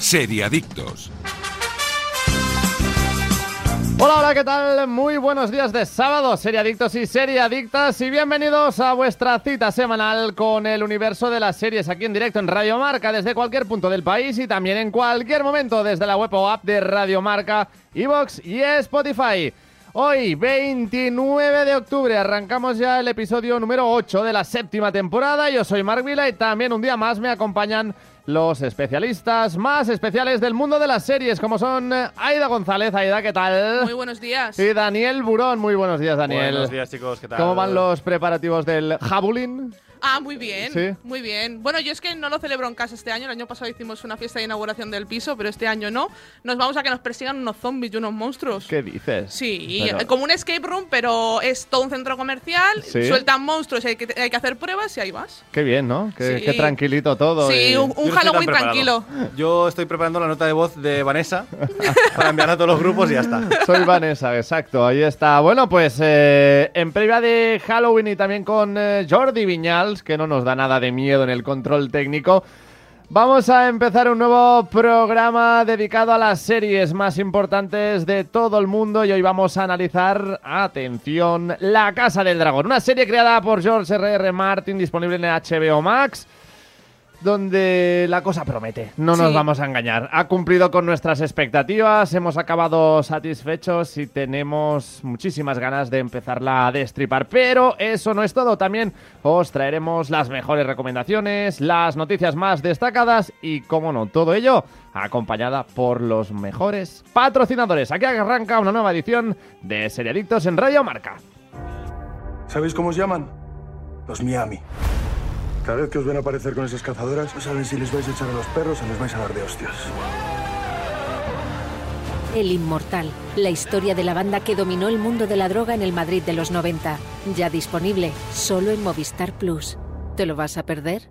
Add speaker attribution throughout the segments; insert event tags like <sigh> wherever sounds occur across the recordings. Speaker 1: Seriadictos.
Speaker 2: Hola, hola, ¿qué tal? Muy buenos días de sábado, seriadictos y seriadictas, y bienvenidos a vuestra cita semanal con el universo de las series aquí en directo en Radio Marca, desde cualquier punto del país y también en cualquier momento desde la web o app de Radio Marca, Evox y Spotify. Hoy, 29 de octubre, arrancamos ya el episodio número 8 de la séptima temporada. Yo soy Mark Vila y también un día más me acompañan los especialistas más especiales del mundo de las series, como son eh, Aida González. Aida, ¿qué tal?
Speaker 3: Muy buenos días.
Speaker 2: Y Daniel Burón. Muy buenos días, Daniel.
Speaker 4: Buenos días, chicos. ¿Qué tal?
Speaker 2: ¿Cómo van los preparativos del Jabulín?
Speaker 3: Ah, muy bien,
Speaker 2: Sí.
Speaker 3: muy bien. Bueno, yo es que no lo celebro en casa este año. El año pasado hicimos una fiesta de inauguración del piso, pero este año no. Nos vamos a que nos persigan unos zombies y unos monstruos.
Speaker 2: ¿Qué dices?
Speaker 3: Sí,
Speaker 2: Pero-
Speaker 3: eh, como un escape room, pero es todo un centro comercial.
Speaker 2: Sí.
Speaker 3: Sueltan monstruos, y hay que, hay que hacer pruebas y ahí vas.
Speaker 2: Qué bien, ¿no? Qué,
Speaker 3: Sí.
Speaker 2: qué tranquilito todo.
Speaker 3: Sí,
Speaker 2: y-
Speaker 3: un-
Speaker 4: Yo no
Speaker 3: un
Speaker 4: estoy tan
Speaker 3: Halloween
Speaker 4: preparado.
Speaker 3: tranquilo.
Speaker 4: Yo estoy preparando la nota de voz de Vanessa para enviar a todos los grupos y ya está.
Speaker 2: Soy Vanessa, exacto, ahí está. Bueno, pues eh, en previa de Halloween y también con eh, Jordi Viñals, que no nos da nada de miedo en el control técnico, vamos a empezar un nuevo programa dedicado a las series más importantes de todo el mundo y hoy vamos a analizar, atención, La Casa del Dragón, una serie creada por George R.R. Martin disponible en HBO Max donde la cosa promete. No nos
Speaker 3: Sí.
Speaker 2: vamos a engañar. Ha cumplido con nuestras expectativas, hemos acabado satisfechos y tenemos muchísimas ganas de empezarla a destripar. Pero eso no es todo. También os traeremos las mejores recomendaciones, las noticias más destacadas y, como no, todo ello acompañada por los mejores patrocinadores. Aquí arranca una nueva edición de Seriadictos en Radio Marca.
Speaker 5: ¿Sabéis cómo os llaman? Los Miami. Cada vez que os ven aparecer con esas cazadoras, no saben si les vais a echar a los perros o les vais a dar de hostias.
Speaker 6: El Inmortal, la historia de la banda que dominó el mundo de la droga en el Madrid de los 90. Ya disponible, solo en Movistar Plus. ¿Te lo vas a perder?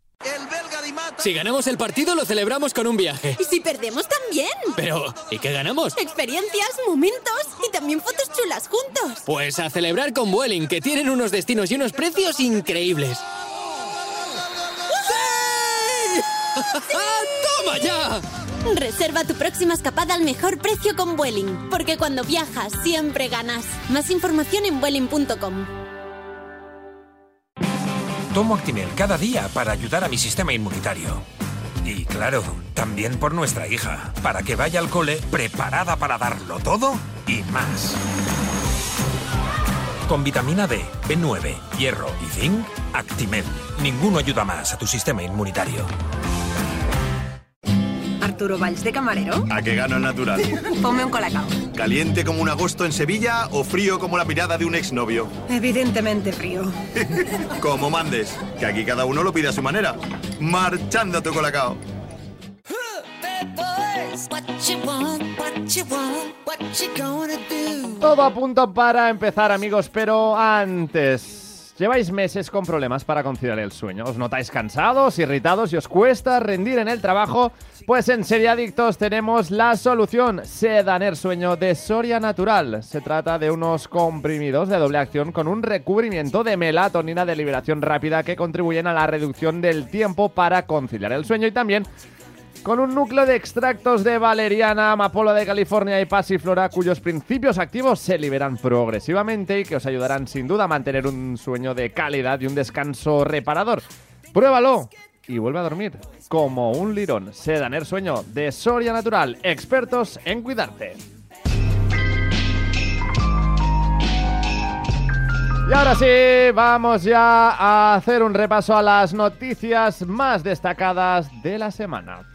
Speaker 7: Si ganamos el partido, lo celebramos con un viaje.
Speaker 8: Y si perdemos también.
Speaker 7: Pero, ¿y qué ganamos?
Speaker 8: Experiencias, momentos y también fotos chulas juntos.
Speaker 7: Pues a celebrar con Vueling, que tienen unos destinos y unos precios increíbles. ¡Toma ya!
Speaker 8: Reserva tu próxima escapada al mejor precio con Vueling, porque cuando viajas siempre ganas. Más información en vueling.com.
Speaker 9: Tomo Actimel cada día para ayudar a mi sistema inmunitario. Y claro, también por nuestra hija, para que vaya al cole preparada para darlo todo y más. Con vitamina D, B9, hierro y zinc, Actimel. Ninguno ayuda más a tu sistema inmunitario.
Speaker 10: Arturo Valls de camarero.
Speaker 11: A que gano el natural.
Speaker 10: Ponme un colacao.
Speaker 11: Caliente como un agosto en Sevilla o frío como la mirada de un exnovio. <laughs>
Speaker 10: Evidentemente frío.
Speaker 11: Como mandes, que aquí cada uno lo pide a su manera. Marchando a tu colacao.
Speaker 2: Todo a punto para empezar, amigos, pero antes. Lleváis meses con problemas para conciliar el sueño. ¿Os notáis cansados, irritados y os cuesta rendir en el trabajo? Pues en Seriadictos tenemos la solución: Sedaner Sueño de Soria Natural. Se trata de unos comprimidos de doble acción con un recubrimiento de melatonina de liberación rápida que contribuyen a la reducción del tiempo para conciliar el sueño y también con un núcleo de extractos de valeriana, amapola de California y pasiflora, cuyos principios activos se liberan progresivamente y que os ayudarán sin duda a mantener un sueño de calidad y un descanso reparador. Pruébalo y vuelve a dormir como un lirón. Sedaner Sueño de Soria Natural, expertos en cuidarte. Y ahora sí, vamos ya a hacer un repaso a las noticias más destacadas de la semana.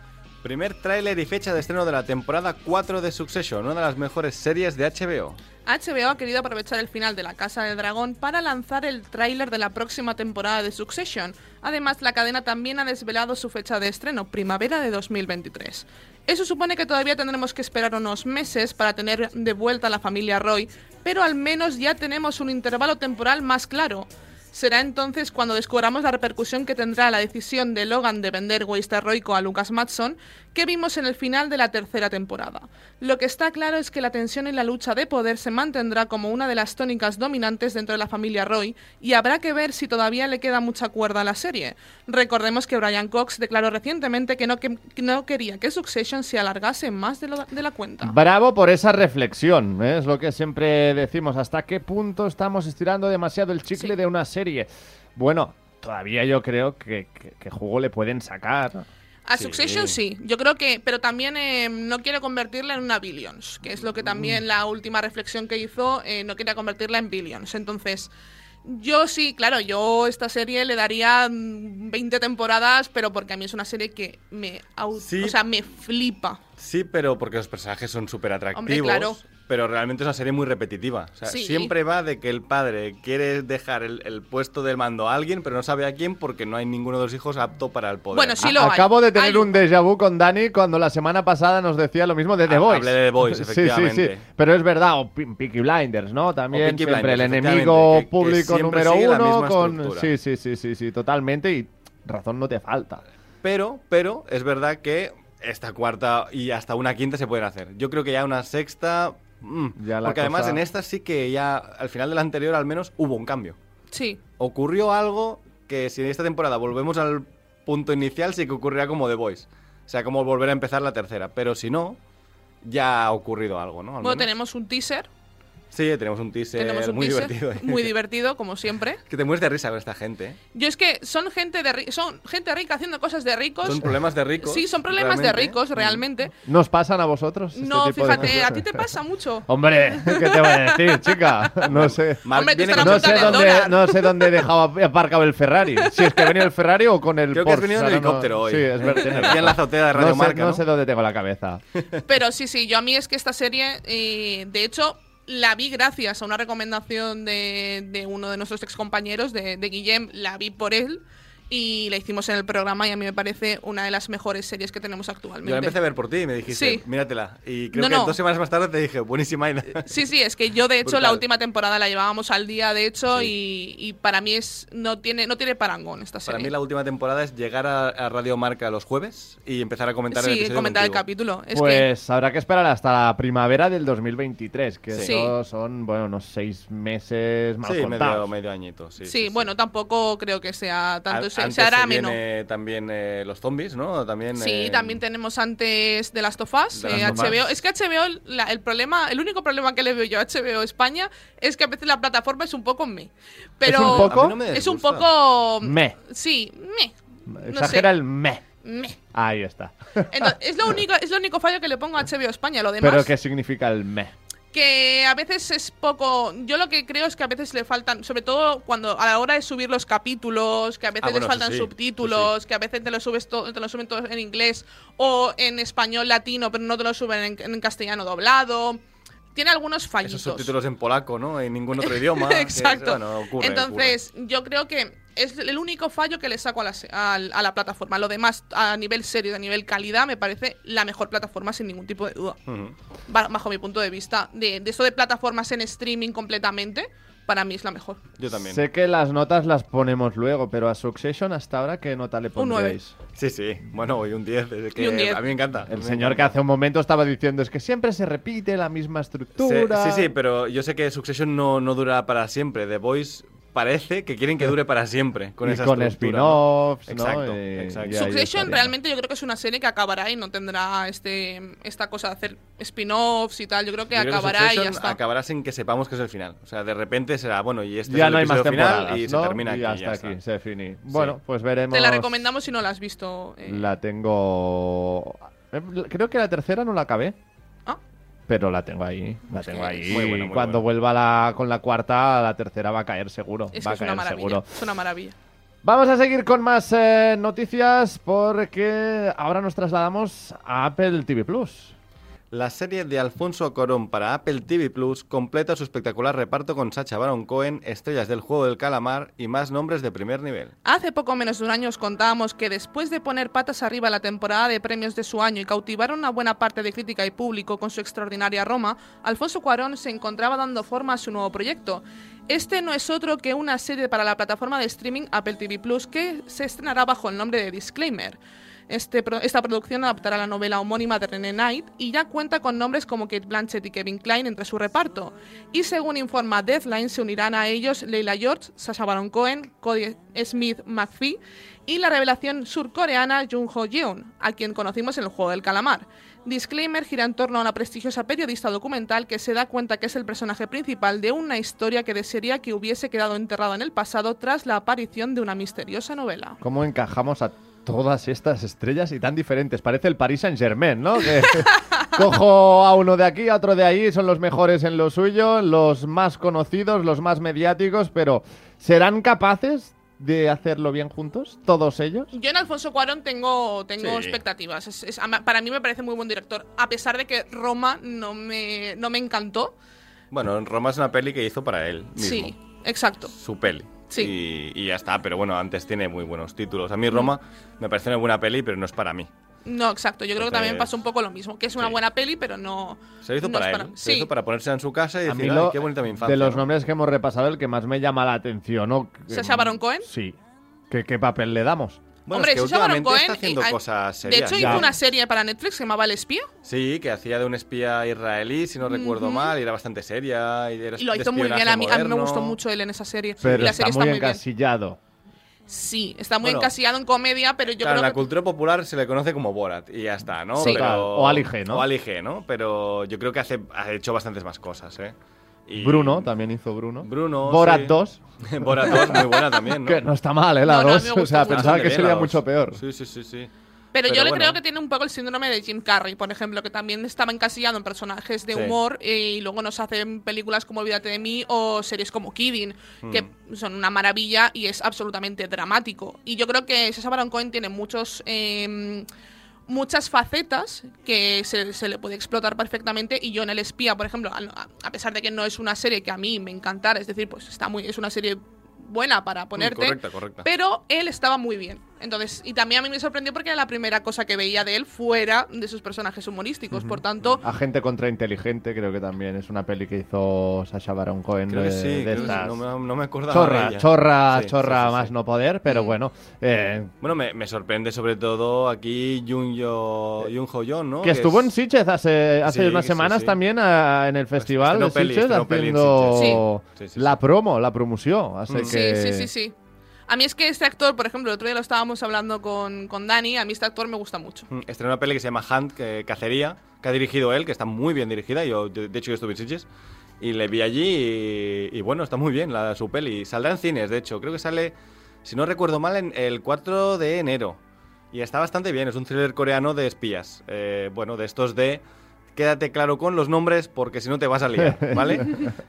Speaker 4: Primer tráiler y fecha de estreno de la temporada 4 de Succession, una de las mejores series de HBO.
Speaker 3: HBO ha querido aprovechar el final de La Casa del Dragón para lanzar el tráiler de la próxima temporada de Succession. Además, la cadena también ha desvelado su fecha de estreno, primavera de 2023. Eso supone que todavía tendremos que esperar unos meses para tener de vuelta a la familia Roy, pero al menos ya tenemos un intervalo temporal más claro. Será entonces cuando descubramos la repercusión que tendrá la decisión de Logan de vender Waystar Royco a Lucas Matson, que vimos en el final de la tercera temporada. Lo que está claro es que la tensión y la lucha de poder se mantendrá como una de las tónicas dominantes dentro de la familia Roy, y habrá que ver si todavía le queda mucha cuerda a la serie. Recordemos que Brian Cox declaró recientemente que no, que- que no quería que Succession se alargase más de, lo- de la cuenta.
Speaker 2: Bravo por esa reflexión, ¿eh? es lo que siempre decimos. ¿Hasta qué punto estamos estirando demasiado el chicle de una serie? Bueno, todavía yo creo que, que- que jugo le pueden sacar.
Speaker 3: A Succession sí, yo creo que, pero también eh, no quiere convertirla en una Billions, que es lo que también la última reflexión que hizo, eh, no quería convertirla en Billions. Entonces, yo sí, claro, yo esta serie le daría mm, 20 temporadas, pero porque a mí es una serie que me, au-
Speaker 4: Sí.
Speaker 3: o sea, me flipa.
Speaker 4: Sí, pero porque los personajes son súper atractivos.
Speaker 3: Hombre, claro.
Speaker 4: Pero realmente es una serie muy repetitiva. O sea,
Speaker 3: Sí.
Speaker 4: Siempre va de que el padre quiere dejar el, el puesto del mando a alguien, pero no sabe a quién porque no hay ninguno de los hijos apto para el poder.
Speaker 3: Bueno, sí lo hay.
Speaker 2: Acabo de tener un déjà vu con Dani cuando la semana pasada nos decía lo mismo de The
Speaker 4: Ah,
Speaker 2: Voice.
Speaker 4: hablé de The Boys,
Speaker 2: <laughs> Sí, sí, sí.
Speaker 4: efectivamente.
Speaker 2: Pero es verdad, o Pe- Peaky Blinders, ¿no? También
Speaker 4: Peaky
Speaker 2: siempre
Speaker 4: Blinders,
Speaker 2: el
Speaker 4: efectivamente,
Speaker 2: enemigo
Speaker 4: que- que
Speaker 2: público
Speaker 4: siempre
Speaker 2: número
Speaker 4: sigue la
Speaker 2: uno
Speaker 4: misma
Speaker 2: con...
Speaker 4: estructura.
Speaker 2: Sí, sí, sí, sí, sí, totalmente y razón no te falta.
Speaker 4: Pero, pero, es verdad que esta cuarta y hasta una quinta se pueden hacer. Yo creo que ya una sexta. mm,
Speaker 2: Ya la
Speaker 4: porque además
Speaker 2: cosa-
Speaker 4: en esta sí que ya, al final de la anterior al menos, hubo un cambio.
Speaker 3: Sí,
Speaker 4: Ocurrió algo que si en esta temporada volvemos al punto inicial, sí que ocurrirá como The Voice. O sea, como volver a empezar la tercera. Pero si no, ya ha ocurrido algo, ¿no? Al
Speaker 3: bueno,
Speaker 4: menos.
Speaker 3: tenemos un teaser,
Speaker 4: Sí, tenemos un teaser
Speaker 3: tenemos un
Speaker 4: muy
Speaker 3: teaser
Speaker 4: divertido. <laughs> ¿eh?
Speaker 3: muy divertido, como siempre.
Speaker 4: que te mueres de risa con esta gente. ¿eh?
Speaker 3: Yo es que son gente de ri- son gente rica haciendo cosas de ricos.
Speaker 4: Son problemas de ricos.
Speaker 3: Sí, son problemas
Speaker 4: realmente. Este
Speaker 3: de ricos, realmente.
Speaker 2: ¿Nos pasan a vosotros? este
Speaker 3: No,
Speaker 2: tipo de
Speaker 3: fíjate,
Speaker 2: cosas?
Speaker 3: a ti te pasa mucho.
Speaker 2: <laughs> Hombre, ¿qué te voy a decir, chica? No sé.
Speaker 4: Mark
Speaker 3: Hombre, tú viene estás con-
Speaker 2: no, sé
Speaker 3: apuntando el
Speaker 2: dónde,
Speaker 3: dólar.
Speaker 2: no sé dónde he dejado aparcado el Ferrari. Si es que ha venido el Ferrari o con el
Speaker 4: Creo que has
Speaker 2: Porsche.
Speaker 4: venido en
Speaker 2: ahora no-
Speaker 4: helicóptero hoy.
Speaker 2: Sí, es verdad. tienes
Speaker 4: Aquí en la azotea de Radio
Speaker 2: no sé,
Speaker 4: Marca,
Speaker 2: No
Speaker 4: ¿no?
Speaker 2: sé dónde tengo la cabeza.
Speaker 3: Pero sí, sí, yo a mí es que esta serie, eh, de hecho, la vi gracias a una recomendación de, de uno de nuestros excompañeros, de, de Guillem, la vi por él y la hicimos en el programa y a mí me parece una de las mejores series que tenemos
Speaker 4: Yo la
Speaker 3: actualmente.
Speaker 4: empecé a ver por ti y me dijiste,
Speaker 3: Sí.
Speaker 4: míratela. Y creo
Speaker 3: No,
Speaker 4: que
Speaker 3: no. Eh,
Speaker 4: dos semanas más tarde te dije, buenísima idea.
Speaker 3: Sí, sí, es que yo de hecho la
Speaker 4: Brutal.
Speaker 3: última temporada la llevábamos al día, de hecho, y, y para mí es no tiene no tiene parangón esta serie.
Speaker 4: Para mí la última temporada es llegar a, a Radio Marca los jueves y empezar a comentar el
Speaker 3: sí,
Speaker 4: episodio
Speaker 3: comentar el
Speaker 4: contigo.
Speaker 3: capítulo. Es que
Speaker 2: pues habrá que esperar hasta la primavera del 2023, que
Speaker 3: Sí.
Speaker 2: eso son, bueno, unos seis meses mal
Speaker 4: Sí, medio,
Speaker 2: contados.
Speaker 4: medio añito.
Speaker 3: Sí,
Speaker 4: Sí, sí, sí.
Speaker 3: bueno, tampoco creo que sea tanto.
Speaker 4: An-
Speaker 3: se,
Speaker 4: antes
Speaker 3: se hará
Speaker 4: se
Speaker 3: menos.
Speaker 4: viene también eh, los zombies, ¿no? También,
Speaker 3: Sí,
Speaker 4: eh,
Speaker 3: también tenemos antes de las tofas.
Speaker 4: The Last of Us.
Speaker 3: HBO. Es que HBO, la- el problema, el único problema que le veo yo a HBO España es que a veces la plataforma es un poco me. Pero
Speaker 2: un poco? A mí no
Speaker 4: me
Speaker 3: es un
Speaker 4: disgusta.
Speaker 3: poco
Speaker 2: Meh.
Speaker 3: Sí, me.
Speaker 2: Exagera el me.
Speaker 3: me.
Speaker 2: Ahí está.
Speaker 3: es lo único, es lo único fallo que le pongo a HBO España. Lo demás
Speaker 2: Pero ¿qué significa el me?
Speaker 3: que a veces es poco. Yo lo que creo es que a veces le faltan, sobre todo cuando a la hora de subir los capítulos, que a veces
Speaker 4: Ah, bueno,
Speaker 3: les faltan
Speaker 4: eso sí,
Speaker 3: subtítulos, que a veces te lo subes to- te lo suben todo en inglés o en español latino, pero no te lo suben en, en castellano doblado. Tiene algunos
Speaker 4: Esos
Speaker 3: fallitos.
Speaker 4: subtítulos en polaco, ¿no? En ningún
Speaker 3: <laughs>
Speaker 4: otro idioma. que es-
Speaker 3: Exacto.
Speaker 4: bueno, ocurre,
Speaker 3: Entonces, yo creo que es el único fallo que le saco a la, se- al- a la plataforma. Lo demás, a nivel serio, a nivel calidad, me parece la mejor plataforma sin ningún tipo de duda.
Speaker 4: ocurre. Ujú.
Speaker 3: Ba- bajo mi punto de vista, de, de esto de plataformas en streaming completamente, para mí es la mejor.
Speaker 4: Yo también.
Speaker 2: Sé que las notas las ponemos luego, pero a Succession hasta ahora, ¿qué nota le
Speaker 3: Un nueve.
Speaker 2: pondréis?
Speaker 4: Sí, sí. Bueno, hoy un 10. es que
Speaker 3: Y un 10.
Speaker 4: A mí me encanta.
Speaker 2: El
Speaker 4: Me
Speaker 2: señor que
Speaker 4: encanta.
Speaker 2: hace un momento estaba diciendo es que siempre se repite la misma
Speaker 4: Sí,
Speaker 2: estructura.
Speaker 4: sí, sí, pero yo sé que Succession no, no dura para siempre. The Voice parece que quieren que dure para siempre. Con
Speaker 2: Y
Speaker 4: esa
Speaker 2: con
Speaker 4: estructura,
Speaker 2: spin-offs, ¿no?
Speaker 4: Exacto,
Speaker 2: Eh,
Speaker 4: exacto.
Speaker 2: ya, ya
Speaker 3: Succession
Speaker 2: estaría.
Speaker 3: realmente yo creo que es una serie que acabará y no tendrá este esta cosa de hacer spin-offs y tal. Yo creo que
Speaker 4: Yo creo que
Speaker 3: acabará y ya
Speaker 4: Succession
Speaker 3: está.
Speaker 4: acabará sin que sepamos que es el final. O sea, de repente será, bueno, y este es
Speaker 2: ya
Speaker 4: el
Speaker 2: no hay más
Speaker 4: episodio final
Speaker 2: temporadas,
Speaker 4: y
Speaker 2: ¿no?
Speaker 4: se termina
Speaker 2: y
Speaker 4: aquí.
Speaker 2: hasta
Speaker 4: ya
Speaker 2: aquí,
Speaker 4: está.
Speaker 2: se finí. Bueno, pues veremos.
Speaker 3: Te la recomendamos si no la has visto. eh.
Speaker 2: La tengo. Eh, Creo que la tercera no la acabé.
Speaker 3: Ah.
Speaker 2: Pero la tengo ahí, la tengo
Speaker 3: que
Speaker 2: ahí.
Speaker 4: es- Muy buena, muy
Speaker 2: Cuando vuelva la, con la cuarta, la tercera va a caer seguro.
Speaker 3: Es que
Speaker 2: va a
Speaker 3: es una
Speaker 2: caer
Speaker 3: maravilla.
Speaker 2: seguro.
Speaker 3: Es una maravilla.
Speaker 2: Vamos a seguir con más eh, noticias porque ahora nos trasladamos a Apple TV Plus.
Speaker 4: La serie de Alfonso Corón para Apple TV Plus completa su espectacular reparto con Sacha Baron Cohen, estrellas del juego del calamar y más nombres de primer nivel.
Speaker 3: Hace poco menos de un año os contábamos que después de poner patas arriba la temporada de premios de su año y cautivar a una buena parte de crítica y público con su extraordinaria Roma, Alfonso Cuarón se encontraba dando forma a su nuevo proyecto. Este no es otro que una serie para la plataforma de streaming Apple TV Plus que se estrenará bajo el nombre de Disclaimer. Este pro- esta producción adaptará la novela homónima de René Knight y ya cuenta con nombres como Kate Blanchett y Kevin Klein entre su reparto. Y según informa Deadline, se unirán a ellos Leila George, Sasha Baron Cohen, Cody Smith McPhee y la revelación surcoreana Jung Ho Jeon, a quien conocimos en el juego del calamar. Disclaimer gira en torno a una prestigiosa periodista documental que se da cuenta que es el personaje principal de una historia que desearía que hubiese quedado enterrada en el pasado tras la aparición de una misteriosa novela.
Speaker 2: ¿Cómo encajamos a todas estas estrellas y tan diferentes? Parece el Paris Saint Germain, ¿no?
Speaker 3: <laughs>
Speaker 2: Que cojo a uno de aquí, a otro de ahí, son los mejores en lo suyo, los más conocidos, los más mediáticos, pero ¿serán capaces de hacerlo bien juntos? ¿Todos ellos?
Speaker 3: Yo en Alfonso Cuarón tengo, tengo
Speaker 2: Sí.
Speaker 3: expectativas. Es- es- ama- para mí me parece muy buen director, a pesar de que Roma no me, no me encantó.
Speaker 4: Bueno, Roma es una peli que hizo para él mismo.
Speaker 3: Sí, exacto.
Speaker 4: Su peli.
Speaker 3: Sí. Mm.
Speaker 4: Y, y ya está, pero bueno, antes tiene muy buenos títulos. A mí Roma me parece una buena peli, pero no es para mí.
Speaker 3: No, exacto. Yo creo que también
Speaker 4: Entonces-
Speaker 3: pasó un poco lo mismo, que es una buena peli, pero no...
Speaker 4: Se lo hizo
Speaker 3: no
Speaker 4: para
Speaker 3: es
Speaker 4: él. Se lo
Speaker 3: Sí.
Speaker 4: hizo para ponerse en su casa y
Speaker 2: A mí
Speaker 4: decir,
Speaker 2: lo-
Speaker 4: "Ay, qué bonita mi infancia.
Speaker 2: de los nombres que hemos repasado, el que más me llama la atención, ¿no?
Speaker 3: ¿Sacha Baron Cohen?
Speaker 2: Sí. ¿Qué, qué papel le damos?
Speaker 4: Bueno,
Speaker 3: Hombre,
Speaker 4: es que
Speaker 3: Sacha Baron
Speaker 4: últimamente está
Speaker 3: Cohen,
Speaker 4: haciendo
Speaker 3: eh,
Speaker 4: cosas
Speaker 3: De
Speaker 4: serias.
Speaker 3: hecho, hizo una serie para Netflix que llamaba El Espía.
Speaker 4: Sí, que hacía de un espía israelí, si no recuerdo
Speaker 3: Ujú.
Speaker 4: mal, y era bastante seria. Y, era
Speaker 3: Y lo
Speaker 4: de
Speaker 3: hizo muy bien. A mí, a mí
Speaker 4: espionaje
Speaker 3: me gustó
Speaker 4: moderno.
Speaker 3: mucho él en esa serie. y
Speaker 2: Pero
Speaker 3: la
Speaker 2: está
Speaker 3: serie
Speaker 2: muy
Speaker 3: está muy bien.
Speaker 2: encasillado.
Speaker 3: Sí, está muy
Speaker 4: Bueno.
Speaker 3: encasillado en comedia, pero yo
Speaker 4: Claro, en la
Speaker 3: creo que...
Speaker 4: cultura popular se le conoce como Borat y ya está, ¿no?
Speaker 2: Sí. Total, o Ali G, ¿no?
Speaker 4: O Ali G, ¿no? Pero yo creo que hace, ha hecho bastantes más cosas, ¿eh? Y-
Speaker 2: Bruno, también hizo Bruno.
Speaker 4: Bruno.
Speaker 2: Borat
Speaker 4: sí.
Speaker 2: 2.
Speaker 4: <laughs> Borat 2, muy buena también, ¿no?
Speaker 2: <laughs> Que no está mal, ¿eh? La
Speaker 4: No, no, a mí
Speaker 2: 2.
Speaker 4: me
Speaker 2: o
Speaker 4: gusta
Speaker 2: sea,
Speaker 4: mucho.
Speaker 2: pensaba que
Speaker 4: Bastante bien
Speaker 2: sería
Speaker 4: la
Speaker 2: mucho
Speaker 4: dos.
Speaker 2: peor.
Speaker 4: Sí, sí, sí, sí.
Speaker 3: Pero, yo le
Speaker 4: bueno.
Speaker 3: creo que tiene un poco el síndrome de Jim Carrey, por ejemplo, que también estaba encasillado en personajes de
Speaker 4: Sí.
Speaker 3: humor eh, y luego nos hacen películas como Olvídate de mí o series como Kidding, que
Speaker 4: Mm.
Speaker 3: son una maravilla y es absolutamente dramático. Y yo creo que Sacha Baron Cohen tiene muchos... em, muchas facetas que se, se le puede explotar perfectamente y yo en El Espía, por ejemplo, al- a, a pesar de que no es una serie que a mí me encantara, es decir, pues está muy es una serie buena para ponerte,
Speaker 4: correcta, correcta.
Speaker 3: pero él estaba muy bien. Entonces, y también a mí me sorprendió porque era la primera cosa que veía de él fuera de sus personajes humorísticos, por tanto,
Speaker 2: Agente contra inteligente, creo que también es una peli que hizo Sacha Baron Cohen.
Speaker 4: Creo que
Speaker 2: de,
Speaker 4: sí,
Speaker 2: de
Speaker 4: creo que sí,
Speaker 2: estas.
Speaker 4: no me- no me acordaba
Speaker 2: Chorra,
Speaker 4: de ella.
Speaker 2: chorra,
Speaker 4: Sí,
Speaker 2: chorra,
Speaker 4: sí, sí,
Speaker 2: más
Speaker 4: sí.
Speaker 2: no poder, pero bueno. eh,
Speaker 4: Bueno, me, me sorprende sobre todo aquí Jun Yo, Jun Ho Yoon, ¿no?
Speaker 2: Eh, que estuvo
Speaker 4: es-
Speaker 2: en Sitges hace, hace
Speaker 4: Sí,
Speaker 2: unas
Speaker 4: sí,
Speaker 2: semanas
Speaker 4: sí.
Speaker 2: también ah, en el festival
Speaker 4: estrenó
Speaker 2: de
Speaker 4: peli,
Speaker 2: Sitges
Speaker 4: estrenó peli en
Speaker 2: haciendo
Speaker 4: Sitges. Sí, sí, sí.
Speaker 2: la promo, la promoción. así
Speaker 4: Mm.
Speaker 3: Sí,
Speaker 2: que...
Speaker 3: sí, sí, sí. A mí es que este actor, por ejemplo, el otro día lo estábamos hablando con, con Dani, a mí este actor me gusta mucho.
Speaker 4: Mm, Estrenó una peli que se llama Hunt, que, Cacería, que ha dirigido él, que está muy bien dirigida. Yo, de de hecho, yo estuve en Sitges y le vi allí y, y bueno, está muy bien la, su peli. Saldrá en cines, de hecho. Creo que sale, si no recuerdo mal, en el 4 de enero. Y está bastante bien, es un thriller coreano de espías. Eh, bueno, de estos de... Quédate claro con los nombres porque si no te vas a liar,
Speaker 2: <laughs>
Speaker 4: ¿vale?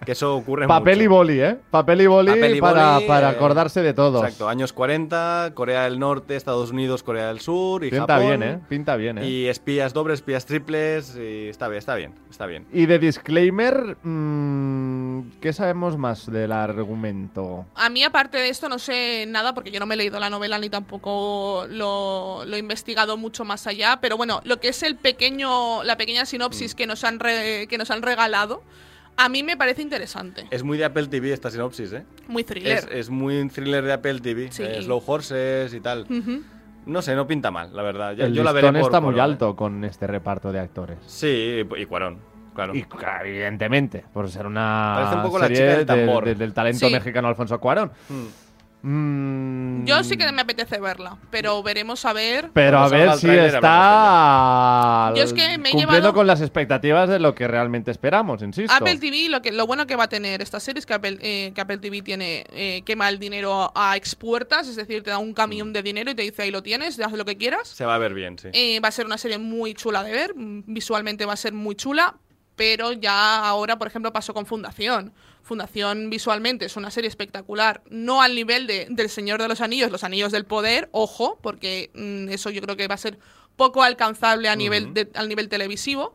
Speaker 4: que eso ocurre
Speaker 2: Papel
Speaker 4: mucho.
Speaker 2: y boli, ¿eh? Papel y boli,
Speaker 4: Papel y
Speaker 2: para,
Speaker 4: boli,
Speaker 2: para
Speaker 4: eh,
Speaker 2: acordarse de todos.
Speaker 4: Exacto, años 40, Corea del Norte, Estados Unidos, Corea del Sur y
Speaker 2: Pinta
Speaker 4: Japón.
Speaker 2: bien, ¿eh? Pinta bien, ¿eh?
Speaker 4: Y espías dobles, espías triples, y está bien, está bien, está bien.
Speaker 2: Y de disclaimer, mm, ¿qué sabemos más del argumento?
Speaker 3: A mí, aparte de esto, no sé nada porque yo no me he leído la novela ni tampoco lo, lo he investigado mucho más allá. Pero bueno, lo que es el pequeño, la pequeña sinopsis que, nos han re- que nos han regalado, a mí me parece interesante.
Speaker 4: Es muy de Apple TV esta sinopsis, ¿eh?
Speaker 3: Muy
Speaker 4: Es,
Speaker 3: thriller.
Speaker 4: es muy un thriller de Apple TV,
Speaker 3: Sí.
Speaker 4: eh, Slow Horses y tal.
Speaker 3: Ujú.
Speaker 4: No sé, no pinta mal, la verdad. Ya-
Speaker 2: el
Speaker 4: yo la veré por-
Speaker 2: listón
Speaker 4: eh.
Speaker 2: está
Speaker 4: por-
Speaker 2: muy alto con este reparto de actores.
Speaker 4: Sí, y, y Cuarón, claro.
Speaker 2: Y claro, evidentemente, por ser una
Speaker 4: Parece un poco la
Speaker 2: serie
Speaker 4: chica del
Speaker 2: de-
Speaker 4: tambor.
Speaker 2: de- del talento
Speaker 3: Sí.
Speaker 2: mexicano Alfonso Cuarón.
Speaker 4: Hmm.
Speaker 2: Mm,
Speaker 3: Yo sí que me apetece verla, pero veremos a ver.
Speaker 2: Pero a
Speaker 4: Cuando
Speaker 2: ver
Speaker 4: salga el
Speaker 2: si
Speaker 4: tráiler
Speaker 2: está
Speaker 3: Yo es que me he
Speaker 2: cumpliendo
Speaker 3: llevado-
Speaker 2: con las expectativas de lo que realmente esperamos, insisto.
Speaker 3: Apple TV, lo, que, lo bueno que va a tener esta serie es que Apple, eh, que Apple TV tiene, eh, quema el dinero a expuertas, es decir, te da un camión de dinero y te dice ahí lo tienes, haz lo que quieras.
Speaker 4: Se va a ver bien, sí.
Speaker 3: Eh, va a ser una serie muy chula de ver, mm, visualmente va a ser muy chula, pero ya ahora, por ejemplo, pasó con Fundación. Fundación visualmente es una serie espectacular, no al nivel de, del Señor de los Anillos, los Anillos del Poder, ojo, porque mm, eso yo creo que va a ser poco alcanzable a nivel, de- al nivel televisivo,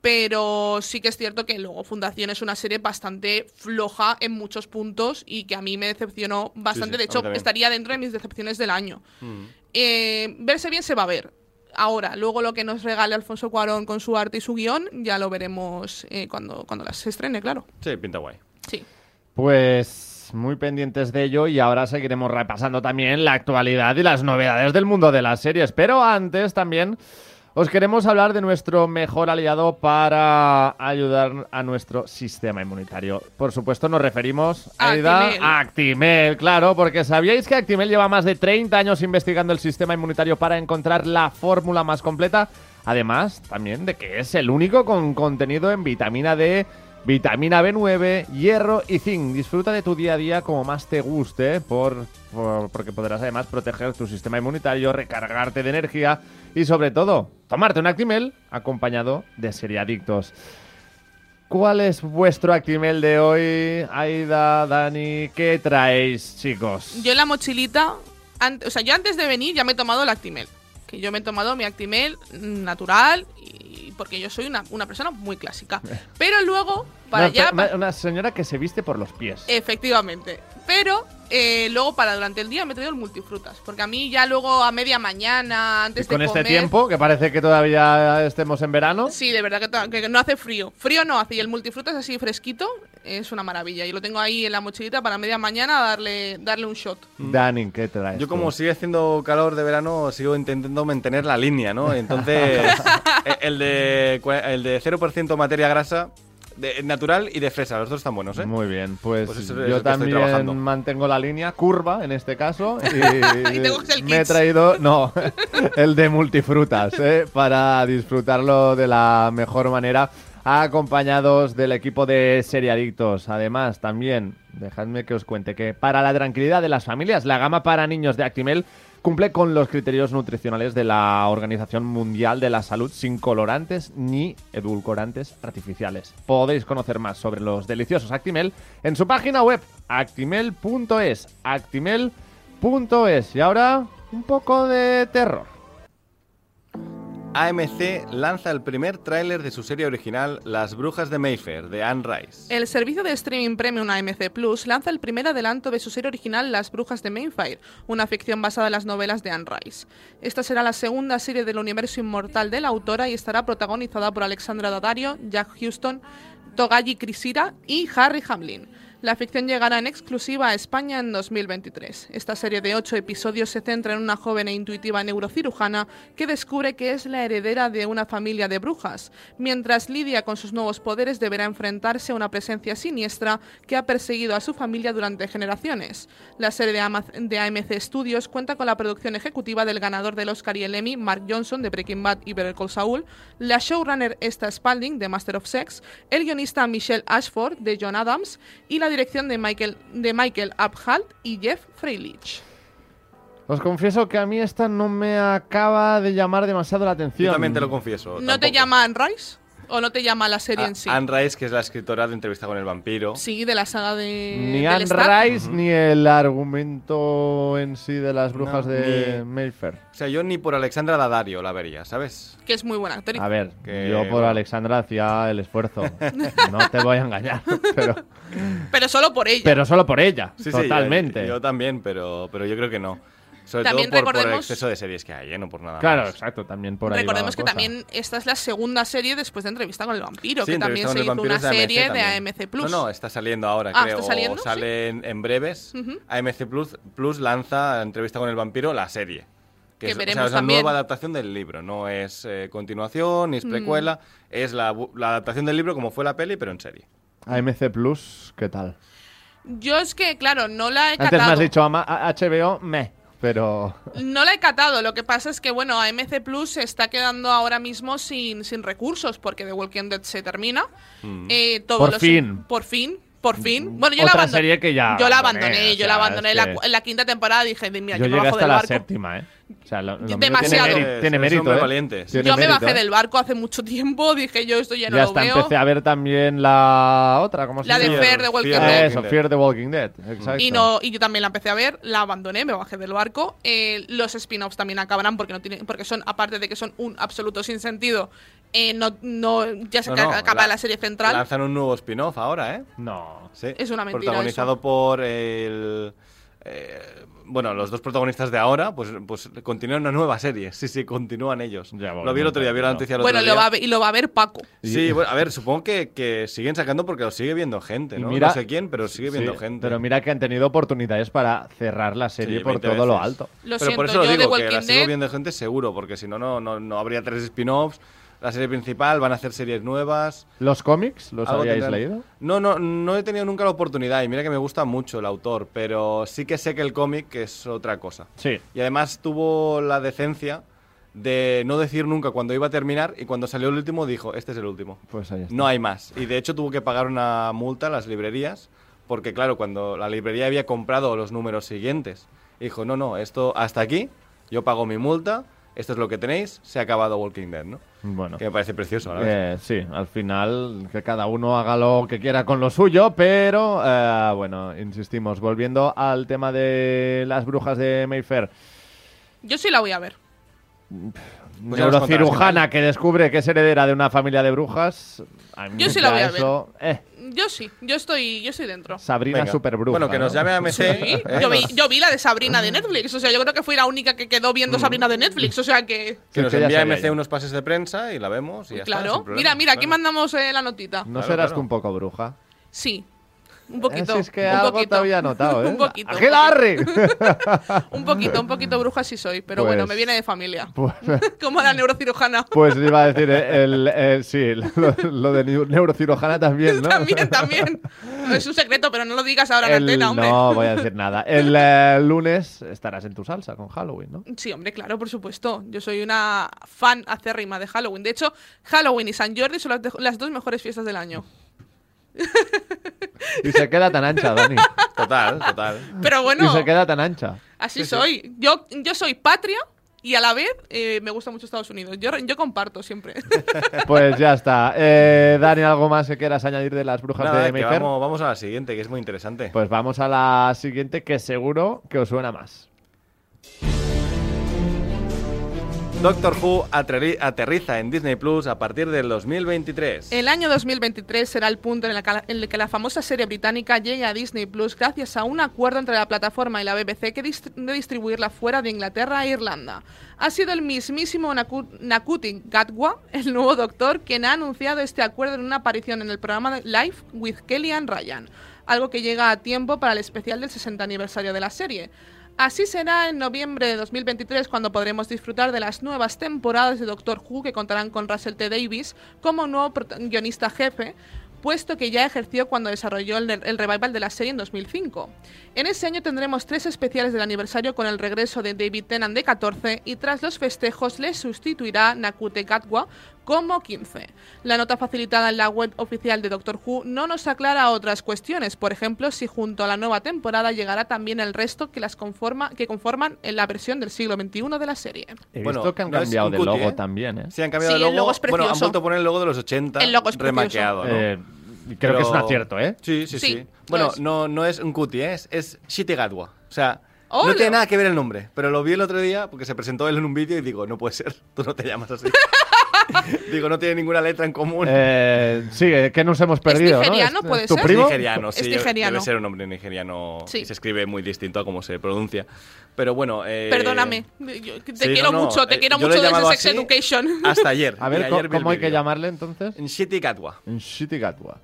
Speaker 3: pero sí que es cierto que luego Fundación es una serie bastante floja en muchos puntos y que a mí me decepcionó
Speaker 12: sí,
Speaker 3: bastante, de
Speaker 12: a mí
Speaker 3: hecho
Speaker 12: también.
Speaker 3: estaría dentro de mis decepciones del año.
Speaker 13: Mm.
Speaker 3: Eh, verse bien se va a ver. Ahora, luego lo que nos regale Alfonso Cuarón con su arte y su guión, ya lo veremos eh, cuando, cuando las estrene, claro.
Speaker 4: Sí, pinta guay.
Speaker 3: Sí.
Speaker 2: Pues muy pendientes de ello y ahora seguiremos repasando también la actualidad y las novedades del mundo de las series. Pero antes también os queremos hablar de nuestro mejor aliado para ayudar a nuestro sistema inmunitario. Por supuesto nos referimos Aida,
Speaker 14: Actimel.
Speaker 2: a Actimel, claro, porque ¿sabíais que Actimel lleva más de 30 años investigando el sistema inmunitario para encontrar la fórmula más completa? Además, también de que es el único con contenido en vitamina D, vitamina B9, hierro y zinc. Disfruta de tu día a día como más te guste, por- por- porque podrás además proteger tu sistema inmunitario, recargarte de energía y sobre todo, tomarte un Actimel acompañado de seriadictos. ¿Cuál es vuestro Actimel de hoy? Aida, Dani, ¿qué traéis, chicos?
Speaker 3: Yo en la mochilita, an- o sea, yo antes de venir ya me he tomado el Actimel. Que yo me he tomado mi Actimel mm, natural, y, porque yo soy una, una persona muy clásica.
Speaker 2: Eh.
Speaker 3: Pero luego, para
Speaker 2: Una
Speaker 3: ya.
Speaker 2: pe- una- una señora que se viste por los pies.
Speaker 3: Efectivamente. Pero eh, luego, para durante el día, me he traído el multifrutas. Porque a mí ya luego a media mañana, antes
Speaker 2: Y con
Speaker 3: de
Speaker 2: este
Speaker 3: comer.
Speaker 2: tiempo, que parece que todavía estemos en verano.
Speaker 3: Sí, de verdad que to- que, que no hace frío. Frío no hace. Y el multifrutas así fresquito es una maravilla. Y lo tengo ahí en la mochilita para media mañana darle, darle un shot.
Speaker 2: Dani, ¿qué traes?
Speaker 4: Mm. Yo
Speaker 2: tú?
Speaker 4: como sigue haciendo calor de verano, sigo intentando mantener la línea, ¿no?
Speaker 2: <laughs>
Speaker 4: Entonces, e- el de, cua- el de 0% materia grasa, de- natural y de fresa, los dos están buenos, ¿eh?
Speaker 2: Muy bien, pues,
Speaker 4: Pues eso es lo
Speaker 2: yo
Speaker 4: que estoy
Speaker 2: también
Speaker 4: trabajando.
Speaker 2: mantengo la línea curva en
Speaker 4: <laughs>
Speaker 2: este caso y,
Speaker 4: Y tengo Excel
Speaker 2: me he
Speaker 4: Kids.
Speaker 2: traído no <laughs> el de multifrutas ¿eh? para disfrutarlo de la mejor manera acompañados del equipo de Seriadictos. Además, también dejadme que os cuente que para la tranquilidad de las familias, la gama para niños de Actimel cumple con los criterios nutricionales de la Organización Mundial de la Salud sin colorantes ni edulcorantes artificiales. Podéis conocer más sobre los deliciosos Actimel en su página web actimel.es, actimel.es. Y ahora un poco de terror.
Speaker 4: AMC lanza el primer tráiler de su serie original, Las Brujas de Mayfair, de Anne Rice.
Speaker 3: El servicio de streaming premium AMC Plus lanza el primer adelanto de su serie original Las Brujas de Mainfire, una ficción basada en las novelas de Anne Rice. Esta será la segunda serie del universo inmortal de la autora y estará protagonizada por Alexandra Daddario, Jack Houston, Togashi Krishira y Harry Hamlin. La ficción llegará en exclusiva a España en 2023. Esta serie de ocho episodios se centra en una joven e intuitiva neurocirujana que descubre que es la heredera de una familia de brujas. Mientras lidia con sus nuevos poderes, deberá enfrentarse a una presencia siniestra que ha perseguido a su familia durante generaciones. La serie de, Ama- de AMC Studios cuenta con la producción ejecutiva del ganador del Oscar y el Emmy, Mark Johnson, de Breaking Bad y Better Call Saul, la showrunner Esta Spalding, de Master of Sex, el guionista Michelle Ashford, de John Adams, y la dirección de Michael, de Michael Abhalt y Jeff Freilich.
Speaker 2: Os confieso que a mí esta no me acaba de llamar demasiado la atención.
Speaker 4: Yo también te lo confieso.
Speaker 3: ¿No te llama Anne Rice? ¿O no te llama la
Speaker 2: Ah.
Speaker 3: serie
Speaker 4: A-
Speaker 3: en sí?
Speaker 4: Anne Rice, que es la escritora de Entrevista con el Vampiro.
Speaker 3: Sí, de la saga de.
Speaker 2: Ni
Speaker 3: Eh, del
Speaker 2: Anne
Speaker 3: Star.
Speaker 2: Rice ni el argumento en sí de las brujas
Speaker 4: No,
Speaker 2: de
Speaker 4: ni-
Speaker 2: Mayfair.
Speaker 4: O sea, yo ni por Alexandra Daddario la vería, ¿sabes?
Speaker 3: Que es muy buena actriz.
Speaker 2: A ver,
Speaker 4: Que-
Speaker 2: yo por Alexandra hacía el esfuerzo.
Speaker 4: <laughs>
Speaker 2: no te voy a engañar, pero,
Speaker 3: Pero solo por ella.
Speaker 2: pero solo por ella,
Speaker 4: Sí, sí,
Speaker 2: totalmente.
Speaker 4: yo, yo también, pero, pero yo creo que no. Sobre
Speaker 3: También
Speaker 4: todo por, por el
Speaker 3: recordemos-
Speaker 4: exceso de series que hay, ¿eh? No por nada
Speaker 2: claro,
Speaker 4: más.
Speaker 2: exacto, también por ahí. va
Speaker 3: Recordemos
Speaker 2: la
Speaker 3: que
Speaker 2: cosa.
Speaker 3: también esta es la segunda serie desrie después de Entrevista con el Vampiro,
Speaker 4: Sí,
Speaker 3: que también
Speaker 4: Entrevista con
Speaker 3: se hizo
Speaker 4: los
Speaker 3: una
Speaker 4: vampiros de AMC
Speaker 3: serie de
Speaker 4: también.
Speaker 3: AMC Plus.
Speaker 2: eh.
Speaker 4: No, no, está saliendo ahora,
Speaker 3: Ah,
Speaker 4: creo.
Speaker 3: ¿está saliendo?
Speaker 4: o sale en, en breves.
Speaker 3: Ujú.
Speaker 4: AMC Plus, Plus lanza Entrevista con el Vampiro, la serie.
Speaker 3: Que
Speaker 4: es, o sea,
Speaker 3: veremos
Speaker 4: es la
Speaker 3: también.
Speaker 4: nueva adaptación del libro. No es eh, continuación, ni es
Speaker 3: Mm.
Speaker 4: precuela. Es la, bu- la adaptación del libro como fue la peli, pero en serie.
Speaker 2: AMC Plus, ¿qué tal?
Speaker 3: Yo es que, claro, no la he
Speaker 2: Antes me has
Speaker 3: catado.
Speaker 2: dicho ama- a- HBO, me, pero...
Speaker 3: No la he catado, lo que pasa es que, bueno, AMC Plus se está quedando ahora mismo sin, sin recursos porque The Walking Dead se termina.
Speaker 4: Hmm.
Speaker 3: Eh, todos
Speaker 2: Mm. Por
Speaker 3: los-
Speaker 2: fin. Mm,
Speaker 3: Por fin. Por fin. Bueno, yo la
Speaker 2: Otra
Speaker 3: abandoné.
Speaker 2: serie que ya
Speaker 3: yo la
Speaker 2: abandoné,
Speaker 3: abandoné,
Speaker 2: o
Speaker 3: yo la
Speaker 2: sea,
Speaker 3: abandoné
Speaker 2: es
Speaker 3: la,
Speaker 2: que-
Speaker 3: cu- en la quinta temporada dije, mira,
Speaker 2: yo
Speaker 3: yo me
Speaker 2: llegué
Speaker 3: bajo
Speaker 2: hasta
Speaker 3: del
Speaker 2: la
Speaker 3: barco.
Speaker 2: séptima, ¿eh? O sea, lo- lo mío
Speaker 3: Demasiado.
Speaker 2: Tiene, mérito-
Speaker 4: Eres-
Speaker 2: tiene
Speaker 4: eres
Speaker 2: mérito.
Speaker 4: hombre
Speaker 2: ¿eh?
Speaker 4: valiente.
Speaker 2: Tiene
Speaker 3: Yo me
Speaker 2: mérito,
Speaker 3: bajé
Speaker 2: ¿eh?
Speaker 3: del barco hace mucho tiempo, dije yo
Speaker 2: <laughs>
Speaker 3: esto ya no
Speaker 2: Ya
Speaker 3: lo
Speaker 2: está,
Speaker 3: veo.
Speaker 2: empecé a ver también la otra, ¿cómo se
Speaker 3: La de
Speaker 2: llama?
Speaker 3: Fear the Walking Dead.
Speaker 2: Eso, Fear the Walking Dead.
Speaker 4: Mm.
Speaker 2: Exacto.
Speaker 3: Y, no, y yo también la empecé a ver, la abandoné, me bajé del barco. Eh, los spin-offs también acabarán porque no tienen, porque son, aparte de que son un absoluto sinsentido, eh, no, no, ya se
Speaker 4: No,
Speaker 3: ca-
Speaker 4: no,
Speaker 3: acaba
Speaker 4: la-
Speaker 3: la, serie central.
Speaker 4: Lanzan un nuevo spin-off ahora, ¿eh?
Speaker 2: No.
Speaker 4: Sí.
Speaker 3: Es una mentira
Speaker 4: Protagonizado por el. eh, bueno, los dos protagonistas de ahora, pues, pues continúan una nueva serie. Sí, sí, continúan ellos. lo vi el otro día, vi la noticia el otro
Speaker 3: bueno,
Speaker 4: día.
Speaker 3: lo va a ver- y lo va a ver Paco.
Speaker 4: Sí, bueno, a ver, supongo que, que siguen sacando porque lo sigue viendo gente,
Speaker 2: Y
Speaker 4: ¿no?
Speaker 2: mira-
Speaker 4: no sé quién, pero sigue viendo
Speaker 2: Sí,
Speaker 4: gente.
Speaker 2: Pero mira que han tenido oportunidades para cerrar la serie
Speaker 4: Sí,
Speaker 2: por
Speaker 4: 20
Speaker 2: todo lo
Speaker 4: veces.
Speaker 2: alto.
Speaker 3: Lo
Speaker 4: pero por
Speaker 3: siento,
Speaker 4: eso lo
Speaker 3: yo de
Speaker 4: digo, que
Speaker 3: Walking
Speaker 4: la sigo
Speaker 3: Dead-
Speaker 4: viendo gente seguro, porque si no, no, no, no habría tres spin-offs. La serie principal, van a hacer series nuevas.
Speaker 2: ¿Los cómics los
Speaker 4: Algo
Speaker 2: habíais
Speaker 4: tendrán.
Speaker 2: leído?
Speaker 4: No, no, no he tenido nunca la oportunidad y mira que me gusta mucho el autor, pero sí que sé que el cómic es otra cosa.
Speaker 2: Sí.
Speaker 4: Y además tuvo la decencia de no decir nunca cuando iba a terminar y cuando salió el último dijo, este es el último.
Speaker 2: Pues ahí está.
Speaker 4: No hay más. Y de hecho tuvo que pagar una multa a las librerías, porque claro, cuando la librería había comprado los números siguientes, dijo, no, no, esto hasta aquí, yo pago mi multa, esto es lo que tenéis, se ha acabado Walking Dead, ¿no?
Speaker 2: Bueno.
Speaker 4: Que me parece precioso, la verdad.
Speaker 2: Eh, sí, al final que cada uno haga lo que quiera con lo suyo, pero eh, bueno, insistimos, volviendo al tema de las brujas de Mayfair,
Speaker 3: Yo sí la voy a ver.
Speaker 4: Pues ya nos contarás
Speaker 2: neurocirujana que descubre que es heredera de una familia de brujas. a mí
Speaker 3: Yo sí la
Speaker 2: ya
Speaker 3: voy a
Speaker 2: eso, eh,
Speaker 3: Yo sí, yo estoy, yo estoy dentro.
Speaker 2: Sabrina
Speaker 4: Venga.
Speaker 2: superbruja.
Speaker 4: Bueno, que nos
Speaker 2: ¿no? Eh,
Speaker 4: llame a ¿eh? MC.
Speaker 3: Sí, yo, vi, yo vi la de Sabrina de Netflix, o sea, yo creo que fui la única que quedó viendo Sabrina de Netflix, o sea que...
Speaker 4: Que nos
Speaker 2: Sí, que ya
Speaker 4: envía
Speaker 2: sabía
Speaker 4: MC
Speaker 2: yo.
Speaker 4: unos pases de prensa y la vemos y ya está,
Speaker 3: Claro,
Speaker 4: sin problema,
Speaker 3: mira, mira, aquí
Speaker 4: claro.
Speaker 3: mandamos eh, la notita.
Speaker 2: ¿No
Speaker 4: Claro,
Speaker 2: serás
Speaker 4: claro.
Speaker 2: tú un poco
Speaker 4: <laughs>
Speaker 2: bruja?
Speaker 3: Sí, un poquito.
Speaker 2: Eh, si es que
Speaker 3: un
Speaker 2: algo
Speaker 3: poquito.
Speaker 2: te había <laughs> notado, ¿eh?
Speaker 3: <laughs> un poquito. un
Speaker 2: ¡Ángel Arri!
Speaker 3: poquito. Un poquito, un poquito bruja sí soy, pero bueno,
Speaker 2: Pues-
Speaker 3: me viene de familia.
Speaker 2: <laughs>
Speaker 3: <laughs>
Speaker 2: Pues-
Speaker 3: Como la neurocirujana.
Speaker 2: Pues iba a decir, eh, el, eh, sí, lo, lo de neu- neurocirujana también, ¿no?
Speaker 3: También, también. Es un secreto, pero no lo digas ahora en
Speaker 2: El-
Speaker 3: antena, hombre.
Speaker 2: no voy a decir
Speaker 3: <laughs>
Speaker 2: nada. El eh, lunes estarás en tu salsa con Halloween, ¿no?
Speaker 3: Sí, hombre, claro, por supuesto. Yo soy una fan acérrima de Halloween. De hecho, Halloween y San Jordi son las, de- las dos mejores fiestas del año.
Speaker 2: Y se queda tan ancha, Dani.
Speaker 4: Total, total.
Speaker 3: Pero bueno,
Speaker 2: Y se queda tan ancha.
Speaker 3: así
Speaker 4: sí, sí.
Speaker 3: soy. Yo, yo soy patria y a la vez eh, me gusta mucho Estados Unidos. Yo, yo comparto siempre. <laughs>
Speaker 2: Pues ya está. Eh, Dani, ¿algo más que quieras añadir de las brujas
Speaker 4: Nada,
Speaker 2: de
Speaker 4: que
Speaker 2: Mayfair?
Speaker 4: vamos, vamos a la siguiente, que es muy interesante.
Speaker 2: Pues vamos a la siguiente que seguro que os suena más.
Speaker 4: Doctor Who aterri- aterriza en Disney Plus a partir del 2023.
Speaker 3: El año 2023 será el punto en, la cala- en el que la famosa serie británica llegue a Disney Plus gracias a un acuerdo entre la plataforma y la BBC que dist- de distribuirla fuera de Inglaterra e Irlanda. Ha sido el mismísimo Naku- Nakuti Gatwa, el nuevo doctor, quien ha anunciado este acuerdo en una aparición en el programa de Live with Kelly and Ryan, algo que llega a tiempo para el especial del 60 aniversario de la serie. Así será en noviembre de 2023 cuando podremos disfrutar de las nuevas temporadas de Doctor Who que contarán con Russell T. Davis como nuevo prota- guionista jefe, puesto que ya ejerció cuando desarrolló el, el revival de la serie en 2005. En ese año tendremos tres especiales del aniversario con el regreso de David Tennant de 14 y tras los festejos le sustituirá Nakute Gatwa como 15. La nota facilitada en la web oficial de Doctor Who no nos aclara otras cuestiones, por ejemplo, si junto a la nueva temporada llegará también el resto que las conforma, que conforman en la versión del siglo XXI de la serie.
Speaker 2: He
Speaker 4: Bueno,
Speaker 2: visto que han
Speaker 4: no es
Speaker 2: cambiado
Speaker 4: un
Speaker 2: de
Speaker 4: cutie,
Speaker 2: logo
Speaker 4: ¿eh?
Speaker 2: también, ¿eh?
Speaker 4: Sí, han cambiado
Speaker 3: Sí, el logo es
Speaker 4: Bueno, han
Speaker 3: precioso.
Speaker 4: vuelto a poner el logo de los 80
Speaker 3: El logo es precioso.
Speaker 4: remaqueado, ¿no?
Speaker 2: Eh, y creo que es un
Speaker 4: Pero-
Speaker 2: acierto, ¿eh?
Speaker 4: Sí, sí, sí.
Speaker 3: Sí,
Speaker 4: Bueno,
Speaker 3: lo es.
Speaker 4: no, no es un cutie, ¿eh? es, es Shitigatwa. O sea,
Speaker 3: ¡Hola!
Speaker 4: no tiene nada que ver el nombre, pero lo vi el otro día porque se presentó él en un vídeo y digo, no puede ser, tú no te
Speaker 3: <laughs>
Speaker 4: llamas así. digo, no tiene ninguna letra en común.
Speaker 2: Eh, sí, eh, que nos hemos perdido. ¿no?
Speaker 3: nigeriano,
Speaker 2: ¿Es- este?
Speaker 3: puede
Speaker 2: ¿Tu
Speaker 3: ser?
Speaker 4: Es
Speaker 2: primo?
Speaker 4: nigeriano,
Speaker 3: Es
Speaker 4: sí.
Speaker 3: nigeriano.
Speaker 4: Debe ser un hombre nigeriano.
Speaker 3: Sí.
Speaker 4: y se escribe muy distinto a cómo se pronuncia. Pero bueno. eh,
Speaker 3: Perdóname, yo te
Speaker 4: sí, no,
Speaker 3: quiero
Speaker 4: no,
Speaker 3: mucho, te
Speaker 4: eh,
Speaker 3: quiero
Speaker 4: yo lo he
Speaker 3: mucho desde
Speaker 4: llamado
Speaker 3: Sex
Speaker 4: así
Speaker 3: Education.
Speaker 4: <laughs> Hasta ayer.
Speaker 2: A ver,
Speaker 4: y
Speaker 2: ¿cómo-
Speaker 4: ayer vi el
Speaker 2: ¿cómo hay que
Speaker 4: vídeo.
Speaker 2: llamarle entonces?
Speaker 4: En Shitty Catwa.
Speaker 2: En Shitty Gatwa.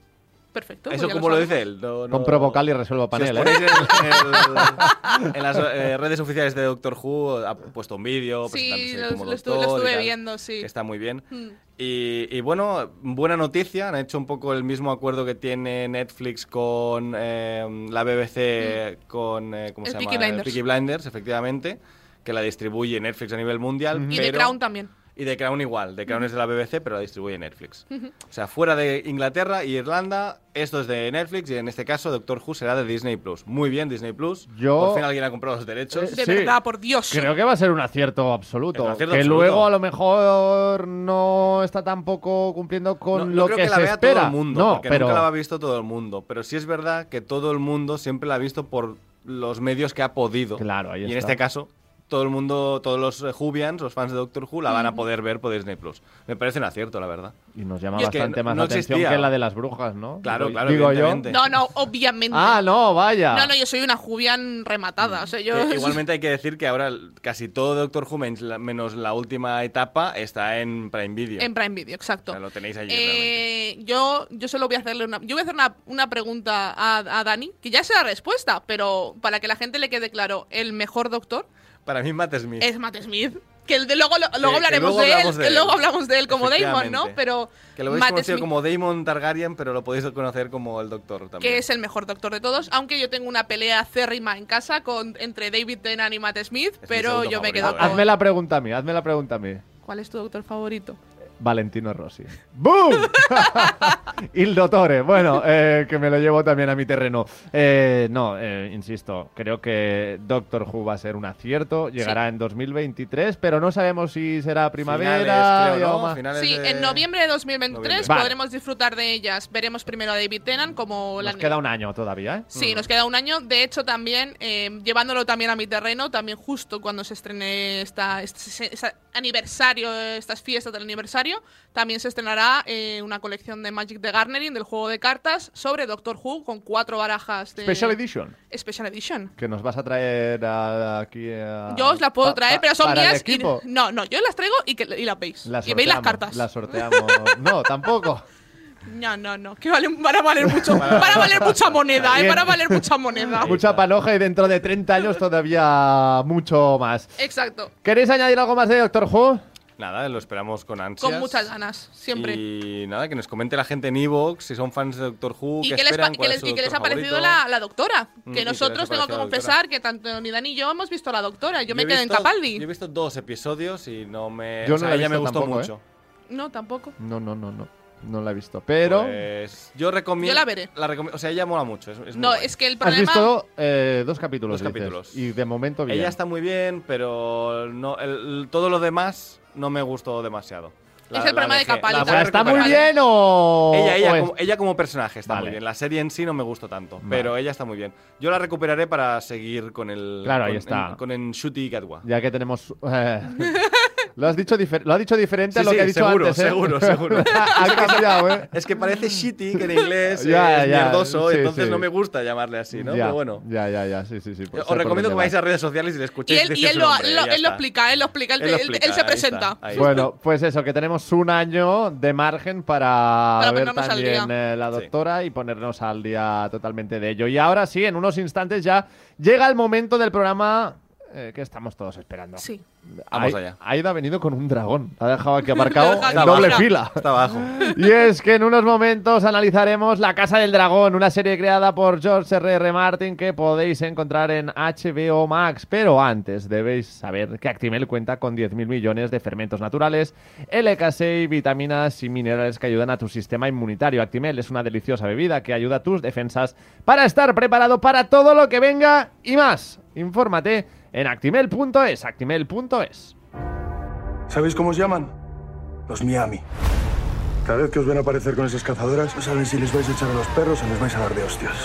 Speaker 3: Perfecto.
Speaker 4: Eso
Speaker 3: pues ya
Speaker 4: como lo,
Speaker 3: sabemos.
Speaker 4: dice él. No, no-
Speaker 2: Compro vocal y
Speaker 4: Si
Speaker 2: resuelvo
Speaker 4: os
Speaker 2: panel, ¿eh?
Speaker 4: ponéis en,
Speaker 2: <laughs>
Speaker 4: en- en las eh, redes oficiales de Doctor Who ha puesto un vídeo pues
Speaker 3: Sí,
Speaker 4: presentándose
Speaker 3: lo,
Speaker 4: como
Speaker 3: lo estu- lo
Speaker 4: doctor y
Speaker 3: estuve
Speaker 4: tal,
Speaker 3: viendo, sí.
Speaker 4: que está muy bien.
Speaker 3: Mm.
Speaker 4: Y, y bueno, buena noticia, han hecho un poco el mismo acuerdo que tiene Netflix con eh, la BBC, con eh, ¿cómo
Speaker 3: Mm. El
Speaker 4: se
Speaker 3: Peaky
Speaker 4: llama?
Speaker 3: Blinders.
Speaker 4: Peaky Blinders, efectivamente, que la distribuye Netflix a nivel mundial.
Speaker 3: Y The
Speaker 4: pero-
Speaker 3: Crown también. <laughs>
Speaker 4: Y Y The Crown igual. The Crown es de la BBC, pero la distribuye Netflix.
Speaker 3: Ujú.
Speaker 4: O sea, fuera de Inglaterra y Irlanda, esto es de Netflix y en este caso Doctor Who será de Disney Plus. Muy bien, Disney Plus.
Speaker 2: Yo- Eh,
Speaker 4: Por fin alguien ha comprado los derechos.
Speaker 2: Sí. Creo que va a ser un acierto absoluto. que luego a lo mejor no está tampoco cumpliendo con
Speaker 4: No
Speaker 2: lo
Speaker 4: creo
Speaker 2: que,
Speaker 4: la
Speaker 2: se
Speaker 4: vea
Speaker 2: espera.
Speaker 4: todo el mundo,
Speaker 2: no,
Speaker 4: porque
Speaker 2: pero
Speaker 4: nunca la ha visto todo el mundo. Pero sí es verdad que todo el mundo siempre la ha visto por los medios que ha podido. Claro,
Speaker 2: ahí
Speaker 4: Y en
Speaker 2: está.
Speaker 4: este caso, todo el mundo, todos los eh, Whovians, los fans de Doctor Who, la van a poder ver por Disney Plus. Me parece un acierto, la verdad.
Speaker 2: Y nos llama
Speaker 4: Y es que
Speaker 2: bastante
Speaker 4: no-
Speaker 2: más
Speaker 4: no
Speaker 2: la atención
Speaker 4: existía.
Speaker 2: que la de las brujas, ¿no?
Speaker 4: Claro,
Speaker 2: Digo-
Speaker 4: claro,
Speaker 2: digo yo.
Speaker 4: evidentemente.
Speaker 3: No, no, obviamente.
Speaker 2: Ah, no, vaya.
Speaker 3: No, no, yo soy una jubian rematada. O sea, yo. <laughs>
Speaker 4: Que E, igualmente hay que decir que ahora el- casi todo Doctor Who, men- la- menos la última etapa, está en Prime Video.
Speaker 3: En Prime Video, exacto.
Speaker 4: O sea, lo tenéis allí.
Speaker 3: Eh, yo, yo solo voy a hacerle una. Yo voy a hacer una, una pregunta a, a Dani, que ya sé la respuesta, pero para que la gente le quede claro, el mejor doctor
Speaker 4: Para mí, Matt Smith.
Speaker 3: es Matt Smith. Que el de- luego, lo- luego
Speaker 4: que
Speaker 3: hablaremos
Speaker 4: luego
Speaker 3: de él,
Speaker 4: hablamos de
Speaker 3: que
Speaker 4: él.
Speaker 3: luego hablamos de él como Damon, ¿no?
Speaker 4: Efectivamente.
Speaker 3: Pero
Speaker 4: Que lo habéis
Speaker 3: Matt
Speaker 4: conocido
Speaker 3: Smith-
Speaker 4: como Damon Targaryen, pero lo podéis conocer como el Doctor también.
Speaker 3: que es el mejor doctor de todos, aunque yo tengo una pelea acérrima en casa con, entre David Tennant y Matt Smith, pero yo me quedo con...
Speaker 2: Hazme la pregunta a mí, hazme la pregunta a mí.
Speaker 3: ¿Cuál es tu doctor favorito?
Speaker 2: Valentino Rossi. <laughs> ¡Boom! Il Dottore. Bueno, eh, que me lo llevo también a mi terreno. Eh, no, eh, insisto, creo que Doctor Who va a ser un acierto. Llegará en 2023, pero no sabemos si será primavera.
Speaker 4: Finales, creo,
Speaker 2: o
Speaker 4: ¿no?
Speaker 2: más.
Speaker 4: Finales
Speaker 3: Sí,
Speaker 4: de-
Speaker 3: en noviembre de 2023
Speaker 2: Noviembre. Vale.
Speaker 3: podremos disfrutar de ellas. Veremos primero a David Tennant como la...
Speaker 2: Nos queda un año todavía, ¿eh?
Speaker 3: Sí, nos queda un año. De hecho, también, eh, llevándolo también a mi terreno, también justo cuando se estrene esta, este, se- ese aniversario, eh, estas fiestas del aniversario, también se estrenará eh, una colección de Magic the Garnering, del juego de cartas, sobre Doctor Who, con cuatro barajas de...
Speaker 2: Special Edition.
Speaker 3: Special Edition.
Speaker 2: Que nos vas a traer a- aquí a-
Speaker 3: Yo os las puedo
Speaker 2: Ah, pa-
Speaker 3: traer,
Speaker 2: pa-
Speaker 3: pero son
Speaker 2: para el
Speaker 3: mías. y-
Speaker 2: equipo.
Speaker 3: no, no, yo las traigo y, que, y las veis.
Speaker 2: Las
Speaker 3: y veis las
Speaker 2: sorteamos,
Speaker 3: cartas.
Speaker 2: Las sorteamos. No, tampoco.
Speaker 3: No, no, no. Que valen, van a valer mucho. van a valer mucha moneda, ¿eh? Van a valer mucha
Speaker 4: <laughs>
Speaker 3: moneda.
Speaker 2: Mucha panoja y dentro de 30 años todavía mucho más.
Speaker 3: Exacto.
Speaker 2: ¿Queréis añadir algo más de Doctor Who?
Speaker 4: Nada, lo esperamos con ansias.
Speaker 3: Con muchas ganas, siempre. Y,
Speaker 4: Y nada, que nos comente la gente en Evox si son fans de Doctor Who, qué
Speaker 3: qué les,
Speaker 4: uh, esperan,
Speaker 3: pa-
Speaker 4: cuál
Speaker 3: qué
Speaker 4: es
Speaker 3: les- y
Speaker 4: su
Speaker 3: qué les
Speaker 4: Doctor
Speaker 3: ha parecido
Speaker 4: favorito.
Speaker 3: la, la doctora.
Speaker 4: Mm, ¿y qué
Speaker 3: que
Speaker 4: les ha
Speaker 3: nosotros tengo que
Speaker 4: parecido la doctora?
Speaker 3: confesar que tanto ni Dani y yo hemos visto a la doctora. Yo, me
Speaker 4: he
Speaker 3: quedé en
Speaker 4: visto-
Speaker 3: Capaldi.
Speaker 4: Yo he visto dos episodios y no me.
Speaker 2: Yo
Speaker 4: o sea,
Speaker 2: no la he
Speaker 4: ella me gustó
Speaker 2: visto tampoco, ¿eh?
Speaker 4: mucho.
Speaker 3: No, tampoco.
Speaker 2: No, no, no, no. No la he visto. Pero.
Speaker 4: Pues yo recomiendo.
Speaker 3: Yo la veré.
Speaker 4: recom- o sea, ella mola mucho. es- es muy
Speaker 3: no,
Speaker 4: guay.
Speaker 3: es que el
Speaker 2: Has
Speaker 3: problema.
Speaker 2: visto eh, dos capítulos.
Speaker 4: Dos
Speaker 2: dices,
Speaker 4: capítulos.
Speaker 2: y de momento bien.
Speaker 4: Ella está muy bien, pero no, el- todo lo demás no me gustó demasiado.
Speaker 3: Es el problema de
Speaker 4: dejé.
Speaker 3: Capaldi,
Speaker 4: La
Speaker 2: O
Speaker 4: voy a
Speaker 2: sea, ¿está muy
Speaker 4: recuperar. ¿eh?
Speaker 2: bien o.? pues,
Speaker 4: Ella,
Speaker 2: o
Speaker 4: ella,
Speaker 2: es-
Speaker 4: como, ella como personaje está
Speaker 2: Vale.
Speaker 4: muy bien. La serie en sí no me gustó tanto, pero ella está muy bien. Yo la recuperaré para seguir con el.
Speaker 2: Claro, ahí
Speaker 4: con-
Speaker 2: está.
Speaker 4: en- con en Shuti Gatwa.
Speaker 2: Ya que tenemos. eh, lo, has dicho difer- lo ha dicho diferente a
Speaker 4: Sí,
Speaker 2: lo que
Speaker 4: sí,
Speaker 2: ha dicho
Speaker 4: seguro,
Speaker 2: antes. ¿eh? <laughs>
Speaker 4: seguro, seguro.
Speaker 2: ha cambiado, ¿eh?
Speaker 4: Es que parece shitty,
Speaker 2: <laughs>
Speaker 4: que en inglés eh,
Speaker 2: Ya,
Speaker 4: es
Speaker 2: ya,
Speaker 4: mierdoso,
Speaker 2: sí,
Speaker 4: entonces
Speaker 2: sí.
Speaker 4: no me gusta llamarle así, ¿no?
Speaker 2: ya,
Speaker 4: Pero bueno.
Speaker 2: Ya, ya, ya. Sí, sí, sí. pues sé
Speaker 4: Os
Speaker 2: por
Speaker 4: recomiendo
Speaker 2: dónde
Speaker 4: que vayáis
Speaker 2: vas.
Speaker 4: a redes sociales y
Speaker 3: Y
Speaker 4: le escuchéis.
Speaker 3: él, y
Speaker 4: decir
Speaker 3: él
Speaker 4: su
Speaker 3: lo,
Speaker 4: nombre,
Speaker 3: lo-
Speaker 4: ya
Speaker 3: él lo
Speaker 4: está.
Speaker 3: explica, él lo explica, él,
Speaker 4: Él lo
Speaker 3: él- él
Speaker 4: explica,
Speaker 3: se
Speaker 4: ahí está,
Speaker 3: presenta.
Speaker 4: ahí está.
Speaker 2: Bueno, pues eso, que tenemos un año de margen para,
Speaker 3: Para
Speaker 2: ver
Speaker 3: ponernos al
Speaker 2: también
Speaker 3: día.
Speaker 2: eh, la doctora y ponernos al día totalmente de ello. Y ahora sí, en unos instantes ya llega el momento del programa eh, que estamos todos esperando.
Speaker 3: Sí.
Speaker 4: Vamos
Speaker 2: Ai-
Speaker 4: allá.
Speaker 2: Aida ha venido con un dragón. La ha dejado aquí aparcado en
Speaker 4: <laughs> Está
Speaker 2: doble
Speaker 4: abajo.
Speaker 2: fila.
Speaker 4: Está abajo.
Speaker 2: Y es que en unos momentos analizaremos La Casa del Dragón, una serie creada por George R.R. Martin que podéis encontrar en HBO Max. Pero antes debéis saber que Actimel cuenta con 10.000 millones de fermentos naturales, LK6, vitaminas y minerales que ayudan a tu sistema inmunitario. Actimel es una deliciosa bebida que ayuda a tus defensas para estar preparado para todo lo que venga y más. Infórmate en actimel.es, actimel.es.
Speaker 5: ¿Sabéis cómo os llaman? Los Miami. Cada vez que os ven aparecer con esas cazadoras, no saben si les vais a echar a los perros o les vais a dar de hostias.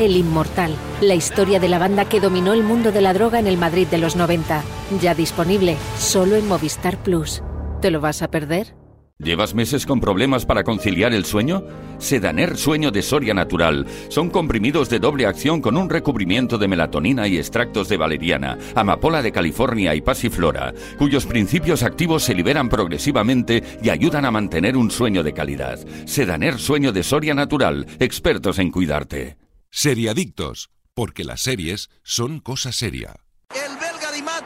Speaker 6: El Inmortal, la historia de la banda que dominó el mundo de la droga en el Madrid de los 90, ya disponible solo en Movistar Plus. ¿Te lo vas a perder?
Speaker 1: ¿Llevas meses con problemas para conciliar el sueño? Sedaner Sueño de Soria Natural. Son comprimidos de doble acción con un recubrimiento de melatonina y extractos de valeriana, amapola de California y pasiflora, cuyos principios activos se liberan progresivamente y ayudan a mantener un sueño de calidad. Sedaner Sueño de Soria Natural. Expertos en cuidarte.
Speaker 12: Seriadictos, porque las series son cosa seria.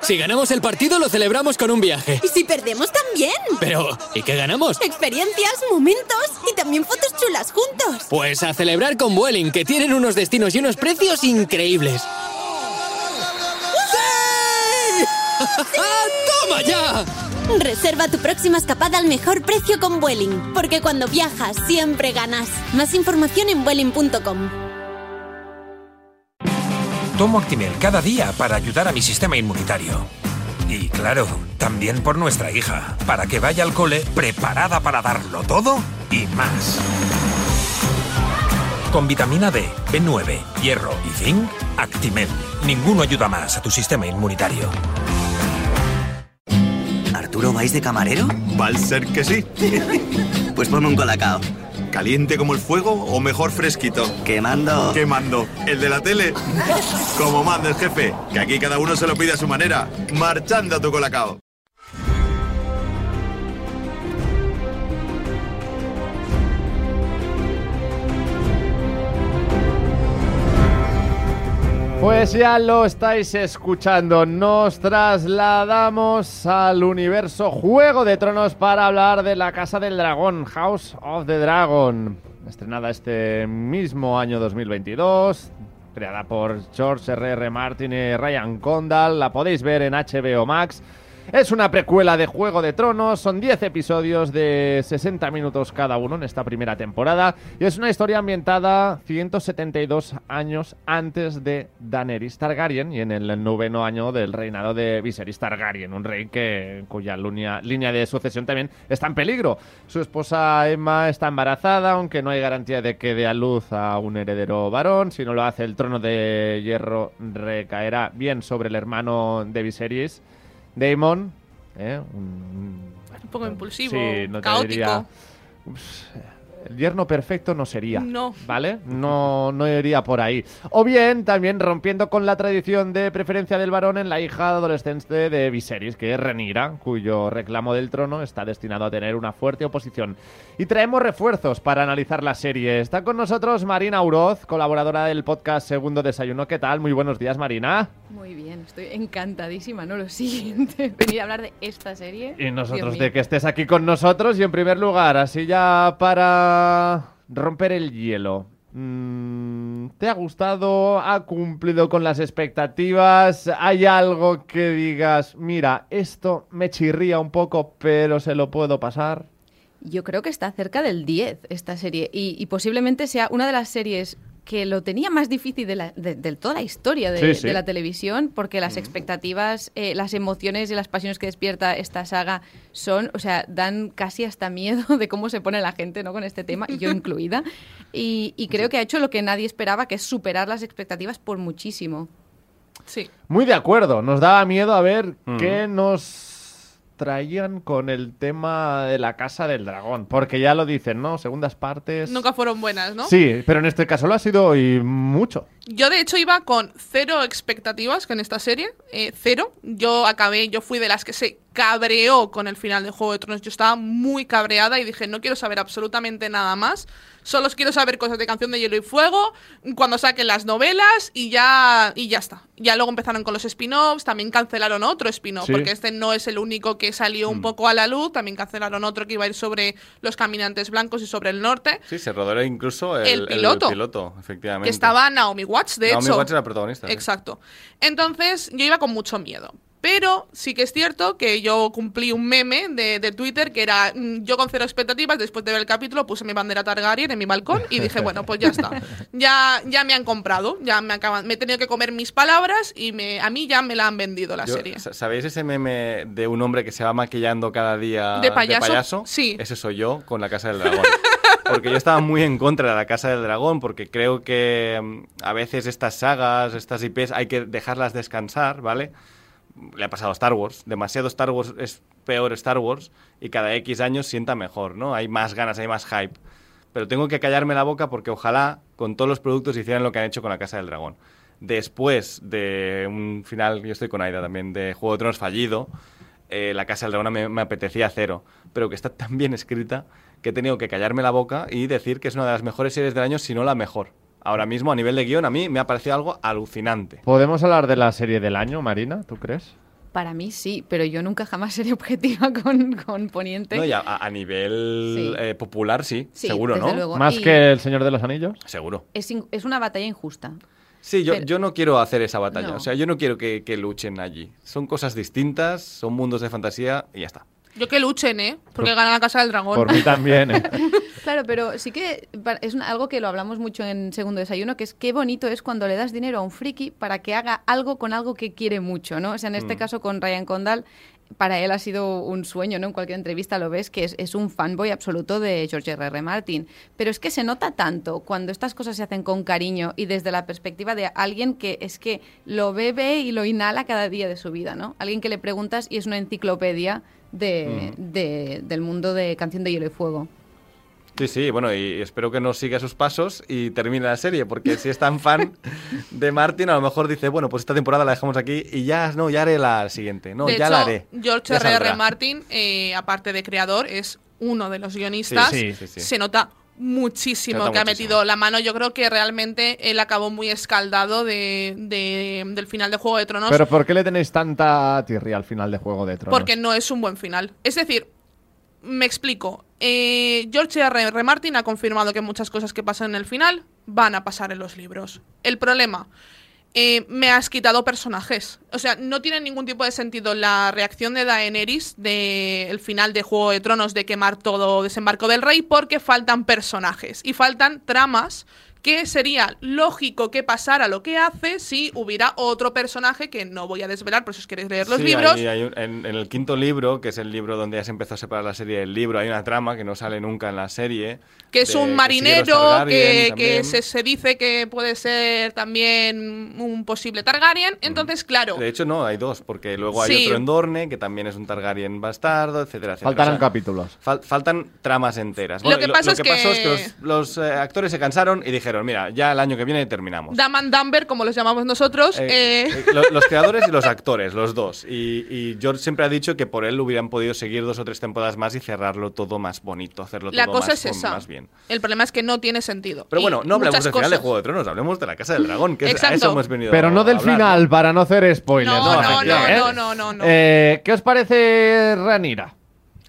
Speaker 7: Si ganamos el partido, lo celebramos con un viaje.
Speaker 8: Y si perdemos también.
Speaker 7: Pero, ¿y qué ganamos?
Speaker 8: Experiencias, momentos y también fotos chulas juntos.
Speaker 7: Pues a celebrar con Vueling, que tienen unos destinos y unos precios
Speaker 8: <laughs>
Speaker 7: increíbles. ¡Sí!
Speaker 8: ¡Llama ¡Ah, ya! Reserva tu próxima escapada al mejor precio con Vueling, porque cuando viajas siempre ganas. Más información en vueling.com.
Speaker 9: Tomo Actimel cada día para ayudar a mi sistema inmunitario. Y claro, también por nuestra hija, para que vaya al cole preparada para darlo todo y más. Con vitamina D, B9, hierro y zinc, Actimel. Ninguno ayuda más a tu sistema inmunitario.
Speaker 14: ¿Arturo vais de camarero? Va a ser que sí. <laughs> pues ponme un colacao.
Speaker 11: ¿Caliente como el fuego o mejor fresquito?
Speaker 14: Quemando.
Speaker 11: Quemando. ¿El de la
Speaker 14: <laughs>
Speaker 11: tele? Como manda el jefe, que aquí cada uno se lo pide a su manera. Marchando a tu colacao.
Speaker 2: Pues ya lo estáis escuchando, nos trasladamos al universo Juego de Tronos para hablar de la Casa del Dragón, House of the Dragon, estrenada este mismo año 2022, creada por George R.R. Martin y Ryan Condal, la podéis ver en HBO Max. Es una precuela de Juego de Tronos, son 10 episodios de 60 minutos cada uno en esta primera temporada y es una historia ambientada 172 años antes de Daenerys Targaryen y en el noveno año del reinado de Viserys Targaryen, un rey que, cuya línea, línea de sucesión también está en peligro. Su esposa Emma está embarazada, aunque no hay garantía de que dé a luz a un heredero varón. Si no lo hace, el trono de hierro recaerá bien sobre el hermano de Viserys. Damon, ¿eh? un,
Speaker 3: Un poco impulsivo,
Speaker 2: sí, no te
Speaker 3: caótico.
Speaker 2: diría- Ups, el yerno perfecto no sería.
Speaker 3: No.
Speaker 2: ¿Vale? No, no iría por ahí. O bien, también rompiendo con la tradición de preferencia del varón en la hija adolescente de Viserys, que es Renira, cuyo reclamo del trono está destinado a tener una fuerte oposición. Y traemos refuerzos para analizar la serie. Está con nosotros Marina Uroz, colaboradora del podcast Segundo Desayuno. ¿Qué tal? Muy buenos días, Marina.
Speaker 13: Muy bien, estoy encantadísima, ¿no? Lo siguiente, <laughs> venir a hablar de esta serie.
Speaker 15: Eh.
Speaker 2: Y nosotros
Speaker 13: Dios
Speaker 2: de
Speaker 13: mío.
Speaker 2: que estés aquí con nosotros y en primer lugar, así ya para romper el hielo. Mm, ¿Te ha gustado? ¿Ha cumplido con las expectativas? ¿Hay algo que digas, mira, esto me chirría un poco, pero se lo puedo pasar?
Speaker 13: Yo creo que está cerca del 10 esta serie y, y posiblemente sea una de las series que lo tenía más difícil de, la- de- de toda la historia de,
Speaker 15: Sí, sí. Mm.
Speaker 13: de la televisión porque las expectativas, eh, las emociones y las pasiones que despierta esta saga son, o sea, dan casi hasta miedo <laughs> de cómo se pone la gente ¿no? con este tema, y <laughs> yo incluida. Y, y creo que ha hecho lo que nadie esperaba, que es superar las expectativas por muchísimo.
Speaker 3: Sí.
Speaker 2: Muy de acuerdo, nos daba miedo a ver qué nos traían con el tema de la casa del dragón, porque ya lo dicen, ¿no? Segundas partes.
Speaker 3: Nunca fueron buenas, ¿no?
Speaker 2: Sí, pero en este caso lo ha sido y mucho.
Speaker 3: Yo de hecho iba con cero expectativas con esta serie, eh, cero. Yo acabé, yo fui de las que se cabreó con el final de Juego de Tronos. Yo estaba muy cabreada y dije, no quiero saber absolutamente nada más. Solo os quiero saber cosas de Canción de Hielo y Fuego, cuando saquen las novelas y ya, y ya está. Ya luego empezaron con los spin-offs, también cancelaron otro spin-off,
Speaker 16: Sí.
Speaker 3: porque este no es el único que salió
Speaker 4: Mm.
Speaker 3: un poco a la luz. También cancelaron otro que iba a ir sobre los caminantes blancos y sobre el norte.
Speaker 4: Sí, se rodó incluso el,
Speaker 3: El piloto.
Speaker 4: piloto, efectivamente.
Speaker 3: Que estaba Naomi Watts, de
Speaker 4: Naomi
Speaker 3: hecho.
Speaker 4: Watts era protagonista, ¿eh? sí.
Speaker 3: Exacto. Entonces, yo iba con mucho miedo. Pero sí que es cierto que yo cumplí un meme de, de Twitter que era mm, yo con cero expectativas, después de ver el capítulo puse mi bandera Targaryen en mi balcón y dije, bueno, pues ya está. Ya, ya me han comprado, ya me acaban, me he tenido que comer mis palabras y me, a mí ya me la han vendido la
Speaker 4: Yo-
Speaker 3: serie.
Speaker 4: sa- ¿Sabéis ese meme de un hombre que se va maquillando cada día
Speaker 3: ¿De payaso? Sí.
Speaker 4: Ese soy yo con la Casa del Dragón. <laughs> Porque yo estaba muy en contra de la Casa del Dragón, porque creo que mm, a veces estas sagas, estas IPs, hay que dejarlas descansar, ¿vale? Le ha pasado a Star Wars. Demasiado Star Wars es peor Star Wars y cada X años sienta mejor, ¿no? Hay más ganas, hay más hype. Pero tengo que callarme la boca porque ojalá con todos los productos hicieran lo que han hecho con la Casa del Dragón después de un final, yo estoy con Aida también, de Juego de Tronos fallido, eh, La Casa del Dragón me, me apetecía cero, pero que está tan bien escrita que he tenido que callarme la boca y decir que es una de las mejores series del año, si no la mejor. Ahora mismo, a nivel de guión, a mí me ha parecido algo alucinante.
Speaker 2: ¿Podemos hablar de la serie del año, Marina? ¿Tú crees?
Speaker 13: Para mí sí, pero yo nunca jamás seré <laughs> objetiva con, con Poniente.
Speaker 4: No, y a, a- a nivel eh, popular, sí,
Speaker 13: Sí,
Speaker 4: seguro,
Speaker 13: desde
Speaker 4: ¿no?
Speaker 13: luego.
Speaker 2: ¿Más
Speaker 13: Y
Speaker 2: que El Señor de los Anillos?
Speaker 4: Seguro.
Speaker 13: es, in- es una batalla injusta.
Speaker 4: Sí, yo,
Speaker 13: Pero-
Speaker 4: yo no quiero hacer esa batalla.
Speaker 13: No.
Speaker 4: O sea, yo no quiero que, que luchen allí. Son cosas distintas, son mundos de fantasía y ya está.
Speaker 3: Yo que luchen, ¿eh? Porque gana la Casa del Dragón.
Speaker 4: también,
Speaker 2: ¿eh?
Speaker 13: <laughs> Claro, pero sí que pa- es una- algo que lo hablamos mucho en Segundo Desayuno, que es qué bonito es cuando le das dinero a un friki para que haga algo con algo que quiere mucho, ¿no? O sea, en este
Speaker 15: Mm.
Speaker 13: caso con Ryan Condal, para él ha sido un sueño, ¿no? En cualquier entrevista lo ves, que es, es un fanboy absoluto de George R. Martin. Pero es que se nota tanto cuando estas cosas se hacen con cariño y desde la perspectiva de alguien que es que lo bebe y lo inhala cada día de su vida, ¿no? Alguien que le preguntas y es una enciclopedia de- de- del mundo de Canción de Hielo y Fuego.
Speaker 4: Sí, sí, bueno, y espero que no siga sus pasos y termine la serie, porque si es tan
Speaker 2: <laughs>
Speaker 4: fan de Martin, a lo mejor dice, bueno, pues esta temporada la dejamos aquí y ya, no, ya haré la siguiente. No,
Speaker 3: de
Speaker 4: ya
Speaker 3: hecho,
Speaker 4: la haré.
Speaker 3: George
Speaker 4: Ya
Speaker 3: R.R.
Speaker 4: saldrá.
Speaker 3: Martin, eh, aparte de creador, es uno de los guionistas.
Speaker 4: Sí, sí, sí, sí.
Speaker 3: Se nota
Speaker 13: Se
Speaker 3: muchísimo
Speaker 13: nota
Speaker 3: que ha
Speaker 13: muchísimo.
Speaker 3: metido la mano. Yo creo que realmente él acabó muy escaldado de, de- del final de Juego de Tronos.
Speaker 2: Pero ¿por qué le tenéis tanta tirria al final de Juego de Tronos?
Speaker 3: Porque no es un buen final. Es decir, me explico. Eh, George R. R. Martin ha confirmado que muchas cosas que pasan en el final van a pasar en los libros. El problema, eh, me has quitado personajes. O sea, no tiene ningún tipo de sentido la reacción de Daenerys del final de Juego de Tronos de quemar todo desembarco del rey porque faltan personajes y faltan tramas que sería lógico que pasara lo que hace si hubiera otro personaje que no voy a desvelar por si os queréis leer los
Speaker 4: Sí,
Speaker 3: libros.
Speaker 4: ahí hay un- en, en el quinto libro, que es el libro donde ya se empezó a separar la serie del libro, hay una trama que no sale nunca en la serie.
Speaker 3: que es
Speaker 4: de-
Speaker 3: un
Speaker 4: que
Speaker 3: marinero
Speaker 4: Sigueros
Speaker 3: que,
Speaker 4: Targaryen
Speaker 3: que
Speaker 4: también.
Speaker 3: se, se dice que puede ser también un posible Targaryen. Entonces, claro,
Speaker 4: De hecho, no, hay dos, porque luego hay
Speaker 3: Sí.
Speaker 4: otro en Dorne, que también es un Targaryen bastardo, etcétera, etcétera.
Speaker 2: Faltarán
Speaker 4: O sea,
Speaker 2: capítulos.
Speaker 4: fal- faltan tramas enteras.
Speaker 3: Lo que pasa es
Speaker 4: pasó
Speaker 3: que-
Speaker 4: es que los, los, eh, actores se cansaron y dijeron, mira, ya el año que viene terminamos.
Speaker 3: Daman Dumber, como los llamamos nosotros,
Speaker 4: Eh,
Speaker 3: eh,
Speaker 4: eh, lo- los, creadores y los actores, los dos. Y, y George siempre ha dicho que por él hubieran podido seguir dos o tres temporadas más y cerrarlo todo más bonito, hacerlo
Speaker 3: la
Speaker 4: todo
Speaker 3: cosa
Speaker 4: más,
Speaker 3: es
Speaker 4: con-
Speaker 3: esa.
Speaker 4: más bien.
Speaker 3: El problema es que no tiene sentido.
Speaker 4: Pero
Speaker 3: Y
Speaker 4: bueno, no hablemos
Speaker 3: muchas
Speaker 4: del final de
Speaker 3: cosas.
Speaker 4: Juego de Tronos, hablemos de la Casa del Dragón, que es- a
Speaker 3: Exacto.
Speaker 4: eso hemos venido
Speaker 2: Pero no del
Speaker 4: a hablar.
Speaker 2: final, para no hacer spoilers.
Speaker 4: No, no, no,
Speaker 2: ¿eh?
Speaker 4: no,
Speaker 3: no, no, no.
Speaker 2: Eh, ¿Qué os parece Ranira?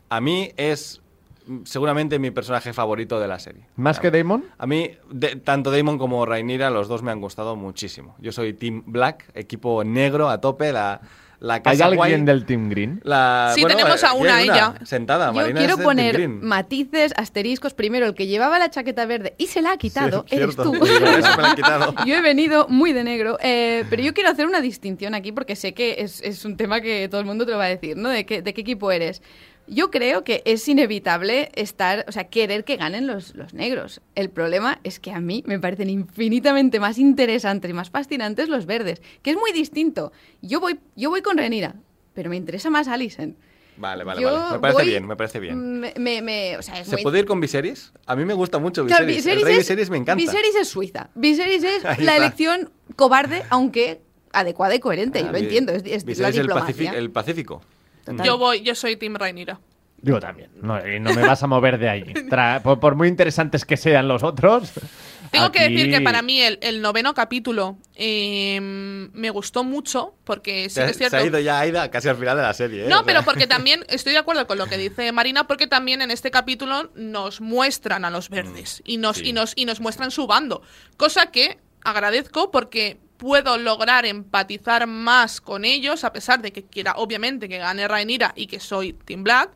Speaker 4: A mí es mm, seguramente mi personaje favorito de la serie.
Speaker 2: ¿Más que Damon?
Speaker 4: A mí, de- tanto Damon como Rainira, los dos me han gustado muchísimo. Yo soy Team Black, equipo negro a tope, la, la
Speaker 2: ¿Hay
Speaker 4: casa
Speaker 2: alguien
Speaker 4: guay.
Speaker 2: del Team Green?
Speaker 4: La-
Speaker 3: Sí,
Speaker 4: bueno,
Speaker 3: tenemos a
Speaker 4: aquí hay
Speaker 3: una, ella.
Speaker 4: Sentada,
Speaker 13: Yo
Speaker 4: Marina.
Speaker 13: quiero
Speaker 4: es del
Speaker 13: poner
Speaker 4: Team Green.
Speaker 13: matices, asteriscos. Primero, el que llevaba la chaqueta verde y se la ha quitado,
Speaker 4: Sí,
Speaker 13: eres
Speaker 4: cierto. <laughs>
Speaker 13: tú.
Speaker 4: Eso me la han quitado.
Speaker 13: <laughs> Yo he venido muy de negro, eh, pero yo quiero hacer una distinción aquí porque sé que es, es un tema que todo el mundo te lo va a decir, ¿no? ¿De qué, de qué equipo eres? Yo creo que es inevitable estar, o sea, querer que ganen los, los negros. El problema es que a mí me parecen infinitamente más interesantes y más fascinantes los verdes, que es muy distinto. Yo voy, yo voy con Renira, pero me interesa más Alison.
Speaker 4: Vale, vale,
Speaker 13: Yo
Speaker 4: vale. Me parece
Speaker 13: voy-
Speaker 4: bien, me parece bien.
Speaker 13: Me, me- me- o sea, es
Speaker 4: ¿Se
Speaker 13: muy-
Speaker 4: puede ir con Viserys? A mí me gusta mucho
Speaker 13: Claro,
Speaker 4: Viserys.
Speaker 13: Viserys
Speaker 4: el rey
Speaker 13: es-
Speaker 4: Viserys me encanta.
Speaker 13: Viserys es Suiza. Viserys es
Speaker 4: <laughs> Ahí
Speaker 13: la
Speaker 4: está.
Speaker 13: elección cobarde, aunque adecuada y coherente, y
Speaker 4: Ah,
Speaker 13: lo
Speaker 4: Vi-
Speaker 13: entiendo. Es, es la
Speaker 4: Viserys el,
Speaker 13: diplomacia.
Speaker 4: Pacifi- el Pacífico.
Speaker 13: Total.
Speaker 3: Yo voy, yo soy Team Rainira.
Speaker 2: Yo también. No, y no me vas a mover de ahí. Tra- por, por muy interesantes que sean los otros.
Speaker 3: Tengo que
Speaker 2: aquí-
Speaker 3: decir que para mí el, el noveno capítulo eh, me gustó mucho porque sí
Speaker 4: Se,
Speaker 3: que es
Speaker 4: se
Speaker 3: cierto.
Speaker 4: ha ido ya Aida casi al final de la serie. ¿eh? O
Speaker 3: No,
Speaker 4: sea,
Speaker 3: pero porque también estoy de acuerdo con lo que dice Marina, porque también en este capítulo nos muestran a
Speaker 4: Mm,
Speaker 3: los verdes y nos, y nos, y nos muestran su bando. Cosa que agradezco porque puedo lograr empatizar más con ellos, a pesar de que quiera, obviamente, que gane Rhaenyra y que soy Team Black,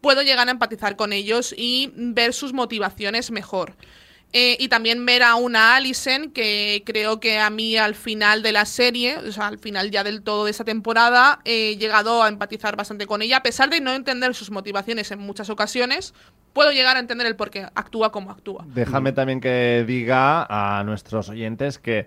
Speaker 3: puedo llegar a empatizar con ellos y ver sus motivaciones mejor. Eh, y también ver a una Alison que creo que a mí al final de la serie, o sea, al final ya del todo de esta temporada, eh, he llegado a empatizar bastante con ella, a pesar de no entender sus motivaciones en muchas ocasiones, puedo llegar a entender el por qué actúa como actúa.
Speaker 2: Déjame también que diga a nuestros oyentes que,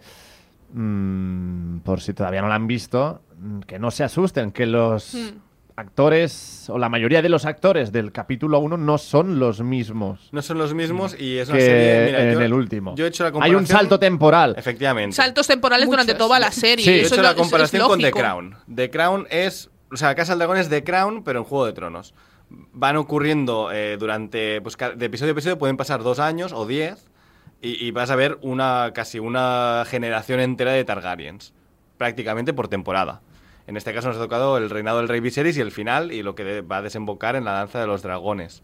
Speaker 2: mm, por si todavía no la han visto, mm, que no se asusten, que los
Speaker 3: Mm.
Speaker 2: actores, o la mayoría de los actores del capítulo 1 no son los mismos
Speaker 4: <laughs> No son los mismos y es una
Speaker 2: que
Speaker 4: serie. Mira,
Speaker 2: en
Speaker 4: yo-
Speaker 2: el último.
Speaker 4: Yo he hecho la
Speaker 2: Hay
Speaker 4: comparación.
Speaker 2: un salto temporal.
Speaker 4: Efectivamente.
Speaker 3: Saltos temporales durante toda la serie.
Speaker 4: Yo he
Speaker 3: eso
Speaker 4: hecho
Speaker 3: es
Speaker 4: la
Speaker 3: lo- es- es
Speaker 4: comparación con The
Speaker 3: lógico.
Speaker 4: Crown. The Crown es. O sea, Casa del Dragón es The Crown, pero en Juego de Tronos. Van ocurriendo eh, durante. Pues, ca- de episodio a episodio pueden pasar dos años o diez. Y, y vas a ver una casi una generación entera de Targaryens. Prácticamente por temporada. En este caso nos ha tocado el reinado del rey Viserys y el final, y lo que de- va a desembocar en la danza de los dragones.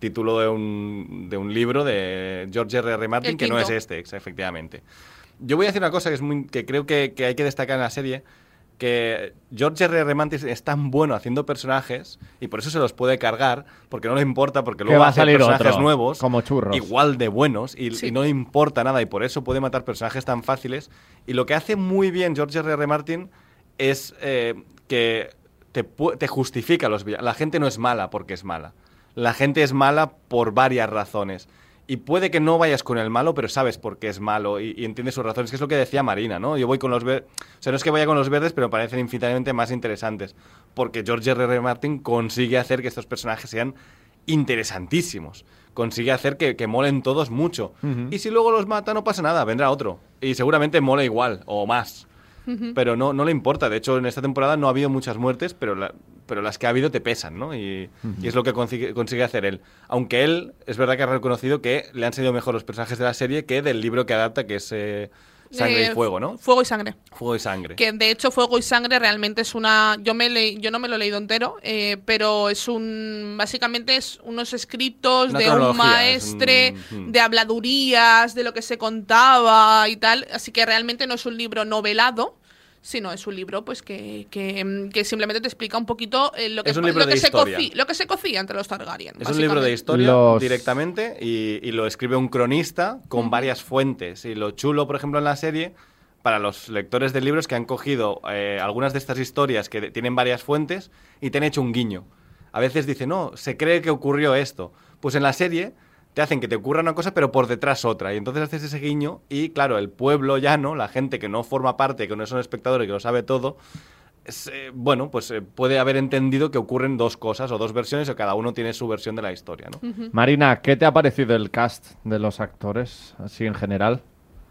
Speaker 4: Título de un, de un libro de George R. R. Martin,
Speaker 3: El
Speaker 4: que no es
Speaker 3: quinto.
Speaker 4: este, ex- efectivamente. yo voy a decir una cosa que, es muy, que creo que, que hay que destacar en la serie, que George R. R. Martin es tan bueno haciendo personajes y por eso se los puede cargar, porque no le importa, porque
Speaker 2: Que
Speaker 4: luego
Speaker 2: va a
Speaker 4: hace
Speaker 2: salir
Speaker 4: personajes
Speaker 2: otro,
Speaker 4: nuevos
Speaker 2: como churros.
Speaker 4: igual de buenos y,
Speaker 2: Sí.
Speaker 4: y no le importa nada y por eso puede matar personajes tan fáciles. Y lo que hace muy bien George R. R. Martin es eh, que te, pu- te justifica los villanos. La gente no es mala porque es mala. La gente es mala por varias razones. Y puede que no vayas con el malo, pero sabes por qué es malo y, y entiendes sus razones, que es lo que decía Marina, ¿no? Yo voy con los verdes. O sea, no es que vaya con los verdes, pero me parecen infinitamente más interesantes. Porque George R. R. Martin consigue hacer que estos personajes sean interesantísimos. Consigue hacer que, que molen todos mucho.
Speaker 2: Ujú.
Speaker 4: Y si luego los mata, no pasa nada, vendrá otro. Y seguramente mole igual o más. Pero no, no le importa. De hecho, en esta temporada no ha habido muchas muertes, pero, la- pero las que ha habido te pesan, ¿no? Y,
Speaker 2: Ujú.
Speaker 4: y es lo que consigue, consigue hacer él. Aunque él, es verdad que ha reconocido que le han salido mejor los personajes de la serie que del libro que adapta, que es eh, Sangre
Speaker 3: Eh,
Speaker 4: y Fuego, ¿no?
Speaker 3: Fuego y Sangre.
Speaker 4: Fuego y Sangre.
Speaker 3: Que de hecho Fuego y Sangre realmente es una... Yo, me leí- yo no me lo he leído entero, eh, pero es un... Básicamente es unos escritos
Speaker 4: Una
Speaker 3: de un
Speaker 4: cronología, es
Speaker 3: maestre,
Speaker 4: un- mm.
Speaker 3: de habladurías, de lo que se contaba y tal. Así que realmente no es un libro novelado. sino es un libro pues que, que, mm, que simplemente te explica un poquito eh, lo que,
Speaker 4: Es un libro
Speaker 3: lo que
Speaker 4: de
Speaker 3: se
Speaker 4: historia.
Speaker 3: cocí- lo que se cocía entre los Targaryen.
Speaker 4: Es un libro de
Speaker 3: básicamente.
Speaker 4: historia
Speaker 2: Los-
Speaker 4: directamente y, y lo escribe un cronista con varias fuentes. Y lo chulo, por ejemplo, en la serie, para los lectores de libros que han cogido eh, algunas de estas historias que de- tienen varias fuentes y te han hecho un guiño. A veces dicen, no, se cree que ocurrió esto. Pues en la serie te hacen que te ocurra una cosa, pero por detrás otra. Y entonces haces ese guiño y, claro, el pueblo llano, la gente que no forma parte, que no son espectadores, que lo sabe todo, es, eh, bueno, pues eh, puede haber entendido que ocurren dos cosas o dos versiones o cada uno tiene su versión de la historia,
Speaker 13: Mm.
Speaker 4: ¿no?
Speaker 2: Marina, ¿qué te ha parecido el cast de los actores, así en general?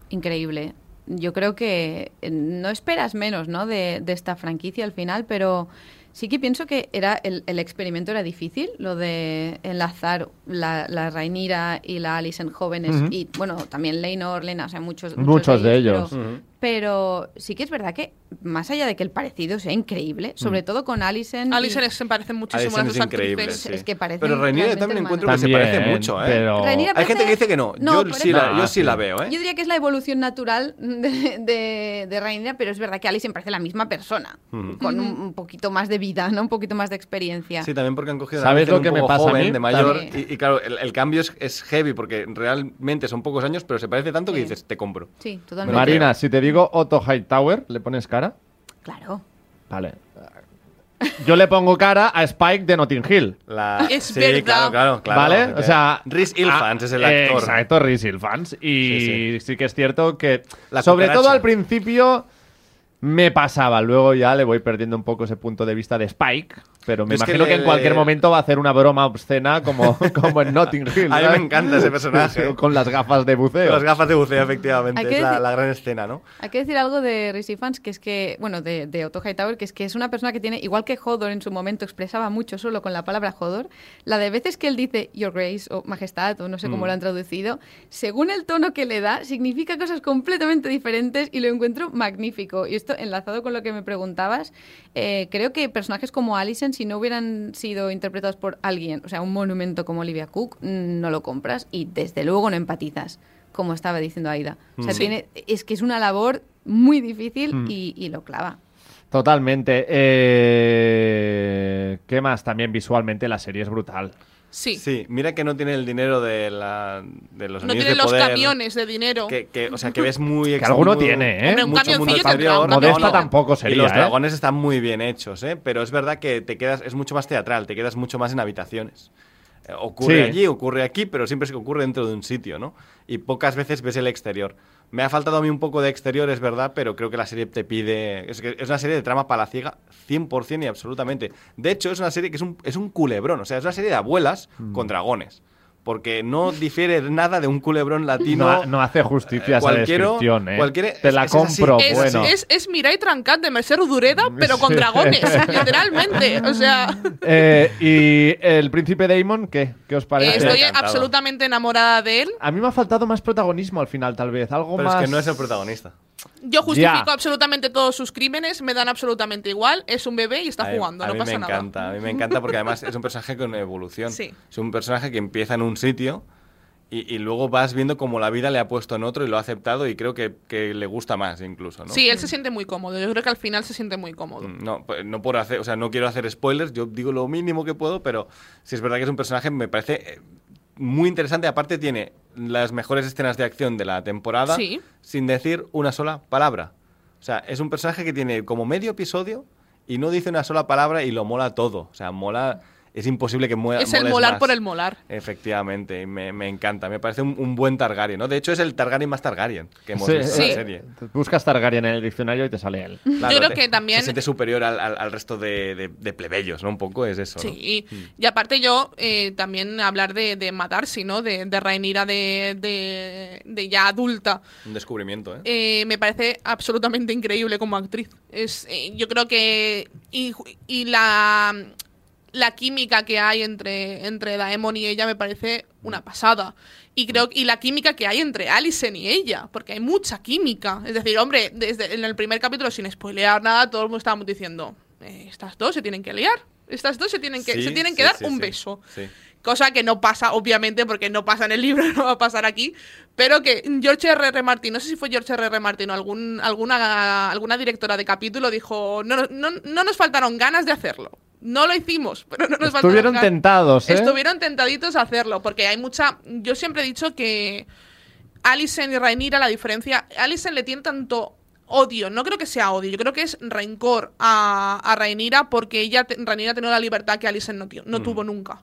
Speaker 13: Increíble. Yo creo que eh, no esperas menos, ¿no? De, de esta franquicia al final, pero sí que pienso que era el, el experimento era difícil, lo de enlazar la, la Rainira y la Alicent jóvenes
Speaker 2: Ujú.
Speaker 13: y, bueno, también Leinor, Lena, o sea, muchos,
Speaker 2: Muchos, de ellos.
Speaker 13: pero- pero sí que es verdad que, más allá de que el parecido sea increíble, sobre
Speaker 3: Mm.
Speaker 13: todo con Alison. y-
Speaker 3: Alison es- se parecen muchísimo
Speaker 4: Alison
Speaker 3: las
Speaker 4: Ah, es
Speaker 3: dos
Speaker 4: increíble,
Speaker 3: actrices.
Speaker 4: sí.
Speaker 13: Es que parecen
Speaker 4: Pero Rhaenyra yo
Speaker 13: realmente
Speaker 4: también encuentro
Speaker 13: hermanas.
Speaker 4: que se
Speaker 2: También,
Speaker 4: parece mucho, ¿eh?
Speaker 2: pero- Rhaenyra
Speaker 4: Hay gente
Speaker 13: parece-
Speaker 4: que dice que no.
Speaker 13: No,
Speaker 4: yo
Speaker 13: por
Speaker 4: sí,
Speaker 13: eso-
Speaker 4: la, yo
Speaker 2: Ah,
Speaker 4: sí la
Speaker 2: sí.
Speaker 4: veo, ¿eh?
Speaker 13: Yo diría que es la evolución natural de, de, de Rhaenyra, pero es verdad que Alison parece la misma persona,
Speaker 4: Ujú.
Speaker 3: Mm.
Speaker 13: con un, un poquito más de vida, ¿no? Un poquito más de experiencia.
Speaker 4: Sí, también porque han cogido a
Speaker 2: ¿Sabes
Speaker 4: Alison
Speaker 2: lo que
Speaker 4: un
Speaker 2: me
Speaker 4: poco
Speaker 2: pasa a
Speaker 4: joven,
Speaker 2: mí?
Speaker 4: de mayor.
Speaker 13: También.
Speaker 4: Y, y claro, el, el cambio es, es heavy porque realmente son pocos años, pero se parece tanto que
Speaker 13: Sí.
Speaker 4: dices, te compro.
Speaker 13: Sí, totalmente.
Speaker 2: Marina, si te digo Otto Hightower, ¿le pones cara?
Speaker 13: Claro.
Speaker 2: Vale. Yo le pongo cara a Spike de Notting Hill.
Speaker 4: La-
Speaker 3: <laughs> Es
Speaker 4: sí,
Speaker 3: verdad.
Speaker 4: claro, claro, claro.
Speaker 2: ¿Vale? O sea.
Speaker 4: Rhys Ilfans
Speaker 2: ah,
Speaker 4: es el
Speaker 2: eh,
Speaker 4: actor.
Speaker 2: Exacto, Rhys Ilfans. Y
Speaker 4: Sí,
Speaker 2: sí, que es cierto que.
Speaker 4: La
Speaker 2: sobre
Speaker 4: cucaracha.
Speaker 2: todo al principio me pasaba. Luego ya le voy perdiendo un poco ese punto de vista de Spike. Pero me
Speaker 4: Yo es que
Speaker 2: imagino que,
Speaker 4: le-
Speaker 2: en cualquier
Speaker 4: le-
Speaker 2: momento va a hacer una broma
Speaker 4: <laughs>
Speaker 2: obscena como, como en Notting Hill.
Speaker 4: A mí
Speaker 2: ¿sabes?
Speaker 4: me encanta ese personaje.
Speaker 2: <laughs> Con las gafas de buceo.
Speaker 4: Las gafas de buceo, efectivamente.
Speaker 13: Hay que
Speaker 4: Es la,
Speaker 13: decir-
Speaker 4: la gran escena, ¿no?
Speaker 13: Hay que decir algo de Rissi Fans, que es que, bueno, de, de Otto Hightower, que es que es una persona que tiene, igual que Hodor en su momento expresaba mucho solo con la palabra Hodor, la de veces que él dice Your Grace o Majestad o no sé cómo
Speaker 15: Mm.
Speaker 13: lo han traducido, según el tono que le da, significa cosas completamente diferentes y lo encuentro magnífico. Y esto, enlazado con lo que me preguntabas, eh, creo que personajes como Alison, si no hubieran sido interpretados por alguien, o sea, un monumento como Olivia Cook, mm, no lo compras y desde luego no empatizas, como estaba diciendo Aida. O sea,
Speaker 2: Mm.
Speaker 13: tiene, es que es una labor muy difícil
Speaker 2: Mm.
Speaker 13: y, y lo clava.
Speaker 2: Totalmente. Eh, ¿Qué más? También visualmente la serie es brutal.
Speaker 3: Sí.
Speaker 4: Sí, mira que no tiene el dinero de, la, de los
Speaker 3: No
Speaker 4: anillos
Speaker 3: tienen
Speaker 4: de
Speaker 3: los
Speaker 4: poder.
Speaker 3: camiones de dinero.
Speaker 4: Que, que- o sea, que ves muy...
Speaker 2: Que
Speaker 4: ex-
Speaker 2: alguno
Speaker 4: muy-
Speaker 2: tiene, ¿eh? Hombre, un
Speaker 4: mucho
Speaker 2: camioncillo
Speaker 4: mundo
Speaker 2: tendrá,
Speaker 4: exterior.
Speaker 2: un Modesta camioncillo. tampoco sería,
Speaker 4: Y los
Speaker 2: ¿eh?
Speaker 4: dragones están muy bien hechos, ¿eh? Pero es verdad que te quedas... Es mucho más teatral, te quedas mucho más en habitaciones. Eh, Ocurre
Speaker 2: Sí.
Speaker 4: allí, ocurre aquí, pero siempre es que ocurre dentro de un sitio, ¿no? Y pocas veces ves el exterior. Me ha faltado a mí un poco de exterior, es verdad, pero creo que la serie te pide... Es, que es una serie de trama palaciega 100% y absolutamente. De hecho, es una serie que es un, es un culebrón. O sea, es una serie de abuelas
Speaker 2: Mm.
Speaker 4: con dragones. Porque no difiere nada de un culebrón latino.
Speaker 2: No, ha- no hace justicia
Speaker 4: Eh,
Speaker 2: a esa
Speaker 4: cualquiera-
Speaker 2: descripción, ¿eh?
Speaker 4: cualquiera-
Speaker 2: Te
Speaker 4: es-
Speaker 2: la
Speaker 4: es así,
Speaker 2: compro,
Speaker 3: es,
Speaker 2: bueno.
Speaker 3: es, es Mirai Trancat de Mercer Udureda, pero con dragones, literalmente. O sea,
Speaker 2: Eh, ¿Y el príncipe Damon qué? ¿Qué os parece?
Speaker 3: estoy absolutamente enamorada de él.
Speaker 2: A mí me ha faltado más protagonismo al final, tal vez. Algo
Speaker 4: Pero
Speaker 2: más...
Speaker 4: es que no es el protagonista.
Speaker 3: Yo justifico
Speaker 2: Ya.
Speaker 3: absolutamente todos sus crímenes, me dan absolutamente igual. Es un bebé y está
Speaker 4: A mí-
Speaker 3: jugando,
Speaker 4: a
Speaker 3: no
Speaker 4: mí
Speaker 3: pasa
Speaker 4: me
Speaker 3: nada.
Speaker 4: encanta, a mí me encanta porque además es un personaje con evolución.
Speaker 3: Sí.
Speaker 4: Es un personaje que empieza en un sitio Y, y luego vas viendo cómo la vida le ha puesto en otro y lo ha aceptado y creo que, que le gusta más incluso, ¿no?
Speaker 3: Sí, él se siente muy cómodo. Yo creo que al final se siente muy cómodo.
Speaker 4: No, pues, no por hacer, o sea, no quiero hacer spoilers, yo digo lo mínimo que puedo, pero si es verdad que es un personaje me parece eh, muy interesante, aparte tiene las mejores escenas de acción de la temporada
Speaker 3: Sí.
Speaker 4: sin decir una sola palabra. O sea, es un personaje que tiene como medio episodio y no dice una sola palabra y lo mola todo, o sea, mola es imposible que muera.
Speaker 3: es el molar por el molar.
Speaker 4: Efectivamente, y me, me encanta, me parece un, un buen Targaryen, ¿no? De hecho es el Targaryen más Targaryen que hemos
Speaker 2: Sí,
Speaker 4: visto en
Speaker 2: eh,
Speaker 4: la serie.
Speaker 2: Buscas Targaryen en el diccionario y te sale él.
Speaker 4: Claro,
Speaker 3: Yo creo
Speaker 4: te-
Speaker 3: que también-
Speaker 4: Se siente superior al, al- al resto de, de- de plebeyos, ¿no? Un poco es eso. ¿no?
Speaker 3: Sí, y,
Speaker 4: Mm.
Speaker 3: y aparte yo eh, también hablar de, de Madarsi, ¿no? De, de Rhaenyra de, de- de ya adulta.
Speaker 4: Un descubrimiento, ¿eh?
Speaker 3: Eh, me parece absolutamente increíble como actriz. Es, eh, yo creo que... Y, y la, la química que hay entre, entre Daemon y ella me parece
Speaker 15: Mm.
Speaker 3: una pasada. Y creo y la química que hay entre Alison y ella, porque hay mucha química. Es decir, hombre, desde en el primer capítulo, sin spoilear nada, todo el mundo estábamos diciendo, "Eh, estas dos se tienen que liar. Estas dos se tienen que,
Speaker 15: Sí,
Speaker 3: se tienen
Speaker 15: sí,
Speaker 3: que dar
Speaker 15: sí,
Speaker 3: un
Speaker 15: sí.
Speaker 3: beso.
Speaker 4: Sí.
Speaker 3: Cosa que no pasa, obviamente, porque no pasa en el libro, <laughs> no va a pasar aquí. Pero que George R. Martin, no sé si fue George R. Martin o algún, alguna, alguna directora de capítulo dijo, no, no, no nos faltaron ganas de hacerlo. No lo hicimos, <laughs> pero no nos faltaron
Speaker 2: Estuvieron
Speaker 3: ganas.
Speaker 2: tentados, ¿eh?
Speaker 3: Estuvieron tentaditos a hacerlo, porque hay mucha... Yo siempre he dicho que Alison y Rhaenyra, la diferencia... Alison le tiene tanto odio, no creo que sea odio, yo creo que es rencor a, a Rhaenyra porque ella, te- Rhaenyra ha tenido la libertad que Alison no, tio- no
Speaker 15: Mm.
Speaker 3: tuvo nunca.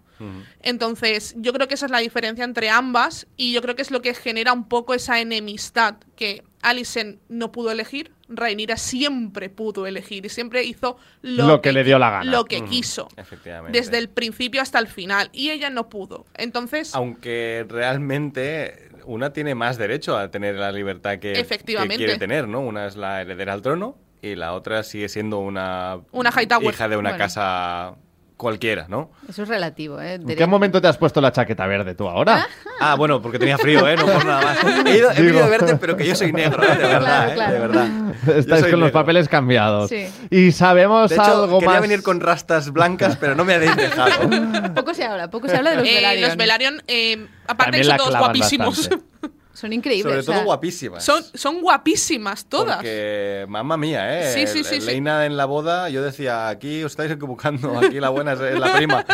Speaker 3: Entonces, yo creo que esa es la diferencia entre ambas y yo creo que es lo que genera un poco esa enemistad que Alison no pudo elegir, Rhaenyra siempre pudo elegir y siempre hizo lo,
Speaker 2: Lo que le dio la gana.
Speaker 3: Lo que
Speaker 4: Ujú,
Speaker 3: quiso.
Speaker 4: Efectivamente.
Speaker 3: Desde el principio hasta el final y ella no pudo. Entonces,
Speaker 4: Aunque realmente una tiene más derecho a tener la libertad que, que
Speaker 3: Efectivamente.
Speaker 4: quiere tener, ¿no? Una es la heredera al trono y la otra sigue siendo una,
Speaker 13: Una Hightower.
Speaker 4: hija de una
Speaker 13: Bueno.
Speaker 4: casa cualquiera, ¿no?
Speaker 13: Eso es relativo, ¿eh?
Speaker 4: Mm.
Speaker 2: ¿En qué momento te has puesto la chaqueta verde tú ahora?
Speaker 4: Ah, bueno, porque tenía frío, ¿eh? No por nada más. He, ido, he venido
Speaker 2: Digo.
Speaker 4: a verte, pero que yo soy negro, ¿eh? De verdad, ¿eh?
Speaker 2: claro.
Speaker 4: De verdad. Yo
Speaker 2: <laughs> Estáis
Speaker 4: soy
Speaker 2: con los papeles cambiados.
Speaker 13: Sí.
Speaker 2: Y sabemos
Speaker 4: De hecho,
Speaker 2: algo
Speaker 4: quería
Speaker 2: más.
Speaker 4: venir con rastas blancas, pero no me habéis dejado.
Speaker 13: Poco se habla, poco se habla de los
Speaker 3: eh,
Speaker 13: Velaryon.
Speaker 3: los Velaryon, eh, aparte de
Speaker 4: También
Speaker 3: que
Speaker 4: la
Speaker 3: son todos
Speaker 4: clavan
Speaker 3: guapísimos.
Speaker 4: bastante.
Speaker 13: Son increíbles.
Speaker 4: Sobre
Speaker 13: o sea,
Speaker 4: todo guapísimas.
Speaker 3: Son, son guapísimas todas.
Speaker 4: Porque, mamma mía, ¿eh?
Speaker 3: Sí, sí, sí, sí.
Speaker 4: Leina en la boda, yo decía, aquí os estáis equivocando, aquí la buena es
Speaker 3: <laughs>
Speaker 4: la prima.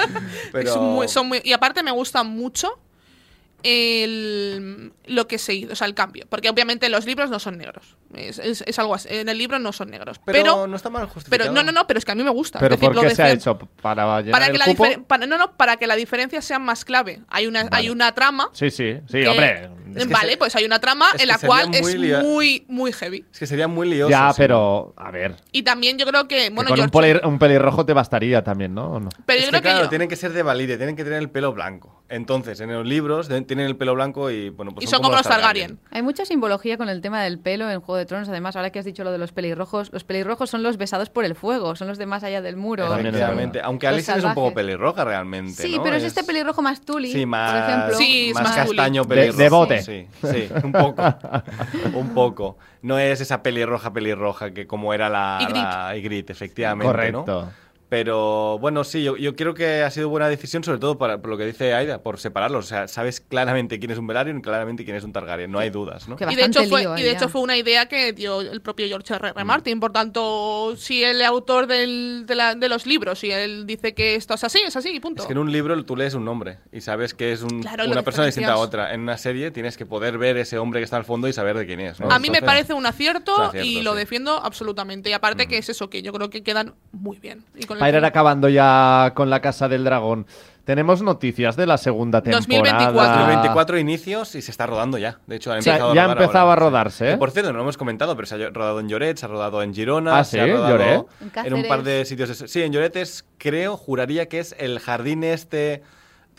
Speaker 4: Pero...
Speaker 3: Es muy- son muy- y aparte me gusta mucho el, lo que se hizo, o sea, el cambio. Porque obviamente los libros no son negros. Es, es- es algo así. En el libro no son negros.
Speaker 4: Pero
Speaker 3: Pero,
Speaker 4: no está mal
Speaker 3: pero
Speaker 4: justificado.
Speaker 3: no, no, no, pero es que a mí me gusta.
Speaker 2: ¿Pero
Speaker 3: Es decir,
Speaker 2: por
Speaker 3: lo
Speaker 2: qué se ha
Speaker 3: decía-
Speaker 2: hecho? ¿Para llenar
Speaker 3: Para que,
Speaker 2: el
Speaker 3: la
Speaker 2: cupo?
Speaker 3: diferen- para- no, no, para que la diferencia sea más clave. Hay una, hay una trama.
Speaker 2: Sí, sí, sí,
Speaker 3: que-
Speaker 2: hombre.
Speaker 3: vale, pues hay una trama
Speaker 4: es que
Speaker 3: en la
Speaker 4: sería
Speaker 3: cual
Speaker 4: muy
Speaker 3: es
Speaker 4: lia-
Speaker 3: muy, muy heavy.
Speaker 4: Es que sería muy lioso.
Speaker 2: Ya,
Speaker 4: sí.
Speaker 2: pero, a ver. que
Speaker 3: Y también yo creo que, bueno,
Speaker 2: con un,
Speaker 3: George-
Speaker 2: peli- un pelirrojo te bastaría también, ¿no? ¿O no?
Speaker 3: pero
Speaker 4: Es
Speaker 3: yo
Speaker 4: que,
Speaker 3: creo que
Speaker 4: claro,
Speaker 3: yo-
Speaker 4: tienen que ser de valide, tienen que tener el pelo blanco. Entonces, en los libros de- tienen el pelo blanco y, bueno, pues
Speaker 3: Y son como los
Speaker 13: Hay mucha simbología con el tema del pelo en Juego de Tronos. Además, ahora que has dicho lo de los pelirrojos, los pelirrojos son los besados por el fuego, son los de más allá del muro.
Speaker 4: Efectivamente. Aunque
Speaker 13: Los
Speaker 4: Alison es un poco
Speaker 13: salvajes.
Speaker 4: pelirroja realmente.
Speaker 13: Sí,
Speaker 4: ¿no?
Speaker 13: pero es este pelirrojo más tuli,
Speaker 4: Sí, más,
Speaker 13: por ejemplo.
Speaker 4: más, castaño
Speaker 2: De-
Speaker 4: pelirrojo.
Speaker 2: de bote.
Speaker 4: Sí, sí, un poco. un poco. No es esa pelirroja, pelirroja que como era la
Speaker 2: Ygritte.
Speaker 4: la Ygritte, efectivamente. ¿no?
Speaker 2: Correcto.
Speaker 4: Pero bueno, sí, yo, yo creo que ha sido buena decisión, sobre todo para, por lo que dice Aida, por separarlos. O sea, sabes claramente quién es un Velaryon y claramente quién es un Targaryen, no hay dudas, ¿no?
Speaker 3: Y de, hecho fue, y de hecho fue una idea que dio el propio George R. R. Martin. Por tanto, si el autor del- de, la- de los libros y él dice que esto es así, es así y punto.
Speaker 4: Es que en un libro tú lees un nombre y sabes que es un-
Speaker 3: Claro, lo
Speaker 4: una persona distinta a
Speaker 3: diferencias.
Speaker 4: otra. En una serie tienes que poder ver ese hombre que está al fondo y saber de quién es. ¿no?
Speaker 3: a mí me
Speaker 4: Entonces-
Speaker 3: parece un acierto,
Speaker 4: es un acierto,
Speaker 3: y lo
Speaker 4: sí. Mm.
Speaker 3: defiendo absolutamente. Y aparte que es eso, que yo creo que quedan muy bien. Y con el
Speaker 2: Para ir
Speaker 3: final-
Speaker 2: acabando ya con la Casa del Dragón. Tenemos noticias de la segunda temporada.
Speaker 4: 2024 inicios y se está rodando ya. De hecho, ha
Speaker 2: O sea,
Speaker 4: empezado a
Speaker 2: ya
Speaker 4: rodar
Speaker 2: empezaba
Speaker 4: ahora.
Speaker 2: a rodarse,
Speaker 4: Que,
Speaker 2: ¿eh?
Speaker 4: por cierto, no lo hemos comentado, pero se ha rodado en Lloret, se ha rodado en Girona,
Speaker 2: Ah,
Speaker 4: se
Speaker 2: ¿sí?
Speaker 4: ha rodado
Speaker 2: ¿Lloret?
Speaker 13: En
Speaker 4: en un
Speaker 13: Cáceres.
Speaker 4: par de sitios. Sí, en Lloret es, creo, juraría que es el jardín este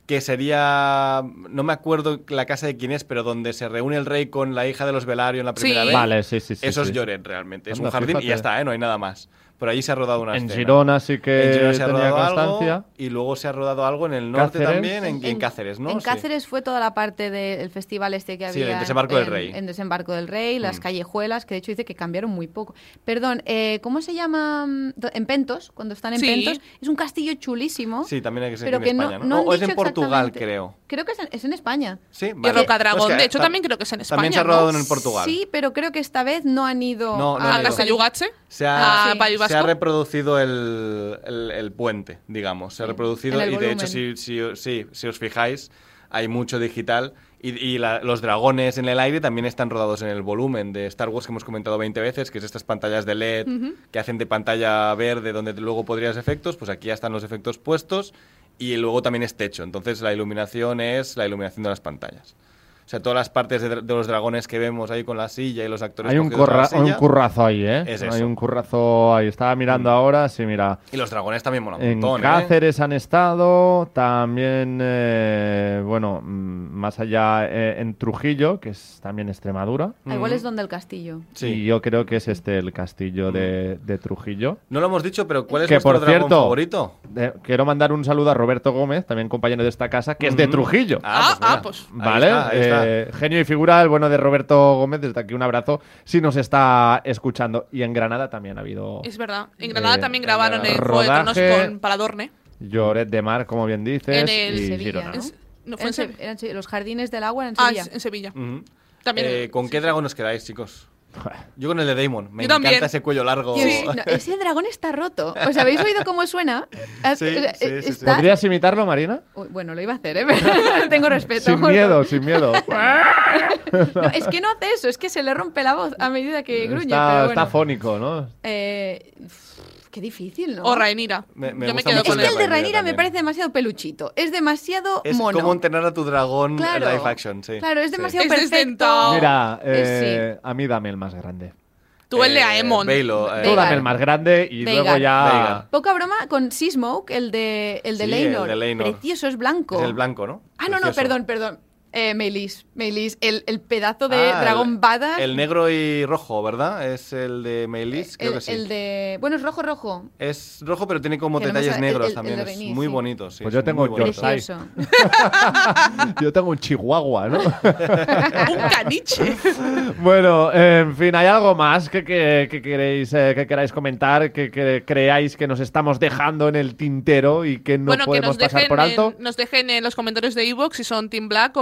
Speaker 4: que sería, no me acuerdo la casa de quién es, pero donde se reúne el rey con la hija de los Velaryon la primera
Speaker 2: Sí.
Speaker 4: vez.
Speaker 2: Vale, sí, sí, sí,
Speaker 4: Eso es
Speaker 2: sí.
Speaker 4: Lloret realmente. Es
Speaker 2: Anda,
Speaker 4: un jardín y
Speaker 2: fíjate.
Speaker 4: ya está, ¿eh? no hay nada más. Pero allí se ha rodado una
Speaker 2: En
Speaker 4: escena.
Speaker 2: Girona sí que
Speaker 4: En Girona se ha
Speaker 2: tenía
Speaker 4: rodado algo,
Speaker 2: constancia.
Speaker 4: y luego se ha rodado algo en el norte
Speaker 2: Cáceres.
Speaker 4: también, en, en Cáceres, ¿no?
Speaker 13: En
Speaker 4: Sí.
Speaker 13: Cáceres fue toda la parte del festival este que
Speaker 4: Sí,
Speaker 13: había.
Speaker 4: el
Speaker 13: en-
Speaker 4: Desembarco del
Speaker 13: en-
Speaker 4: Rey.
Speaker 13: En Desembarco del Rey, las
Speaker 4: Mm.
Speaker 13: callejuelas, que de hecho dice que cambiaron muy poco. Perdón, eh, ¿cómo se llama? mm, do- En Pentos, cuando están en
Speaker 3: Sí.
Speaker 13: Pentos. Es un castillo chulísimo.
Speaker 4: Sí, también hay que ser
Speaker 13: Pero
Speaker 4: en
Speaker 13: que no-
Speaker 4: España, ¿no?
Speaker 13: no han
Speaker 4: o es en
Speaker 13: dicho
Speaker 4: Portugal,
Speaker 13: exactamente.
Speaker 4: creo.
Speaker 13: Creo que es en, es en España.
Speaker 4: Sí,
Speaker 3: Y Rocadragón,
Speaker 4: No, es Pues que
Speaker 3: de hecho,
Speaker 4: ta-
Speaker 3: también creo que es en España.
Speaker 4: También se ha
Speaker 3: ¿no?
Speaker 4: rodado en Portugal.
Speaker 13: Sí, pero creo que esta vez no han ido
Speaker 4: No, no
Speaker 13: a
Speaker 4: han ido.
Speaker 13: Castellugat.
Speaker 3: Yugache.
Speaker 4: Se ha,
Speaker 3: Ah, País
Speaker 4: se ha
Speaker 3: Vasco.
Speaker 4: reproducido el, el- el puente, digamos. Se ha reproducido
Speaker 3: en
Speaker 4: y
Speaker 3: el
Speaker 4: de hecho, si,
Speaker 3: volumen.
Speaker 4: si, sí, si os fijáis, hay mucho digital. Y, y la- los dragones en el aire también están rodados en el volumen de Star Wars que hemos comentado 20 veces, que es estas pantallas de LED
Speaker 15: Ujú.
Speaker 4: que hacen de pantalla verde donde luego podrías efectos. Pues aquí ya están los efectos puestos y luego también es techo. Entonces la iluminación es la iluminación de las pantallas. O sea, todas las partes de, dra- de los dragones que vemos ahí con la silla y los actores
Speaker 2: Hay un,
Speaker 4: cogidos de la
Speaker 2: curra- hay un
Speaker 4: silla.
Speaker 2: currazo ahí, ¿eh?
Speaker 4: Es
Speaker 2: hay
Speaker 4: eso. Mm.
Speaker 2: un currazo ahí. Estaba mirando ahora, sí, mira.
Speaker 4: Y los dragones también molan un
Speaker 2: En
Speaker 4: montón, ¿eh?
Speaker 2: Cáceres han estado, también, eh, bueno, mm, más allá eh, en Trujillo, que es también Extremadura.
Speaker 13: Ah, Igual es donde el castillo.
Speaker 2: Y yo creo que es este el castillo de,
Speaker 4: Mm.
Speaker 2: de Trujillo.
Speaker 4: No lo hemos dicho, pero ¿cuál es
Speaker 2: que
Speaker 4: vuestro
Speaker 2: por
Speaker 4: dragón
Speaker 2: cierto,
Speaker 4: favorito?
Speaker 2: de- quiero mandar un saludo a Roberto Gómez, también compañero de esta casa, que es de
Speaker 4: Ujú.
Speaker 2: Trujillo.
Speaker 4: Ah,
Speaker 3: Ah,
Speaker 4: pues. mira. Ahí
Speaker 2: Vale,
Speaker 4: está, ahí está.
Speaker 2: eh, genio y figura, el bueno de Roberto Gómez, desde aquí un abrazo, si nos está escuchando. Y en Granada también ha habido
Speaker 3: Es verdad. En Granada
Speaker 2: Eh,
Speaker 3: también grabaron
Speaker 2: en
Speaker 3: el Juego de Tronos
Speaker 2: rodaje.
Speaker 3: con Paradorne.
Speaker 2: Lloret de Mar, como bien dices,
Speaker 3: En el
Speaker 2: y
Speaker 3: Sevilla,
Speaker 2: Girona.
Speaker 3: ¿no? No fue en
Speaker 13: En Se-
Speaker 3: Sevilla.
Speaker 13: en Se- los jardines del agua en
Speaker 3: Ah,
Speaker 13: Sevilla.
Speaker 3: es- en Sevilla.
Speaker 4: Ujú.
Speaker 3: También-
Speaker 4: Eh, ¿Con qué dragón os quedáis,
Speaker 2: <laughs>
Speaker 4: chicos? Yo con el de Damon. Me
Speaker 13: Yo
Speaker 4: encanta
Speaker 13: también.
Speaker 4: ese cuello largo.
Speaker 13: Tío,
Speaker 4: <laughs>
Speaker 13: es- no, ese dragón está roto. ¿Os habéis oído cómo suena? Eh,
Speaker 2: <laughs>
Speaker 4: Sí,
Speaker 13: O sea,
Speaker 4: sí, sí,
Speaker 2: eh,
Speaker 4: sí.
Speaker 13: está-
Speaker 2: ¿Podrías imitarlo, Marina?
Speaker 13: Uy, Bueno, lo iba a hacer, ¿eh? <laughs> Pero tengo respeto.
Speaker 2: Sin miedo, sin <laughs> miedo.
Speaker 13: No, es que no hace eso, es que se le rompe la voz a medida que gruñe.
Speaker 2: está,
Speaker 13: pero
Speaker 2: está
Speaker 13: bueno.
Speaker 2: fónico, ¿no?
Speaker 13: Eh, pff, qué difícil, ¿no?
Speaker 3: O Rhaenyra.
Speaker 4: Me- me
Speaker 3: Yo me
Speaker 4: gusta
Speaker 3: quedo
Speaker 4: mucho
Speaker 3: con
Speaker 13: Es que el de
Speaker 4: Rhaenyra
Speaker 13: Rhaenyra me
Speaker 4: también.
Speaker 13: parece demasiado peluchito. Es demasiado
Speaker 4: Es
Speaker 13: mono.
Speaker 4: como entrenar a tu dragón
Speaker 13: Claro.
Speaker 4: en live action, sí.
Speaker 13: Claro, es
Speaker 4: Sí.
Speaker 13: demasiado
Speaker 3: Es
Speaker 13: perfecto.
Speaker 3: desdentado.
Speaker 2: Mira,
Speaker 13: Eh,
Speaker 2: eh, a mí dame el más grande.
Speaker 3: Tú el de
Speaker 4: Eh,
Speaker 3: Aemon.
Speaker 4: Baelo, eh,
Speaker 2: Tú dame el más grande y
Speaker 13: Veigar.
Speaker 2: luego ya...
Speaker 4: Veigar.
Speaker 13: Poca broma con Seasmoke, el de, el de
Speaker 4: Sí, el
Speaker 13: Leinor.
Speaker 4: de Leinor.
Speaker 13: Precioso, es blanco.
Speaker 4: Es el blanco, ¿no?
Speaker 13: Ah, no, no,
Speaker 4: Precioso.
Speaker 13: perdón, perdón. Eh, Melis, Melis, el, el pedazo de
Speaker 4: Ah, el-
Speaker 13: dragón badass.
Speaker 4: El negro y rojo, ¿verdad? Es el de Melis, creo
Speaker 13: el-
Speaker 4: que sí.
Speaker 13: el de. Bueno, es rojo, rojo.
Speaker 4: Es rojo, pero tiene como
Speaker 13: Que no me
Speaker 4: detalles
Speaker 13: sa- el-
Speaker 4: negros
Speaker 13: el- el
Speaker 4: también.
Speaker 13: de
Speaker 4: es
Speaker 13: Rhaenys,
Speaker 4: muy
Speaker 13: sí.
Speaker 4: bonito, sí.
Speaker 2: Pues yo
Speaker 4: es
Speaker 2: tengo
Speaker 4: muy bonito.
Speaker 2: Yorsai.
Speaker 13: Precioso.
Speaker 2: <laughs> Yo tengo un chihuahua, ¿no?
Speaker 3: <laughs> Un caniche.
Speaker 2: Bueno, eh, en fin, ¿hay algo más que, que- que queréis, eh, que queráis comentar, que, que creáis que nos estamos dejando en el tintero y que no
Speaker 3: bueno, que
Speaker 2: podemos
Speaker 3: nos dejen,
Speaker 2: pasar por alto?
Speaker 3: En, nos dejen en los comentarios de Evox si son Team Black o,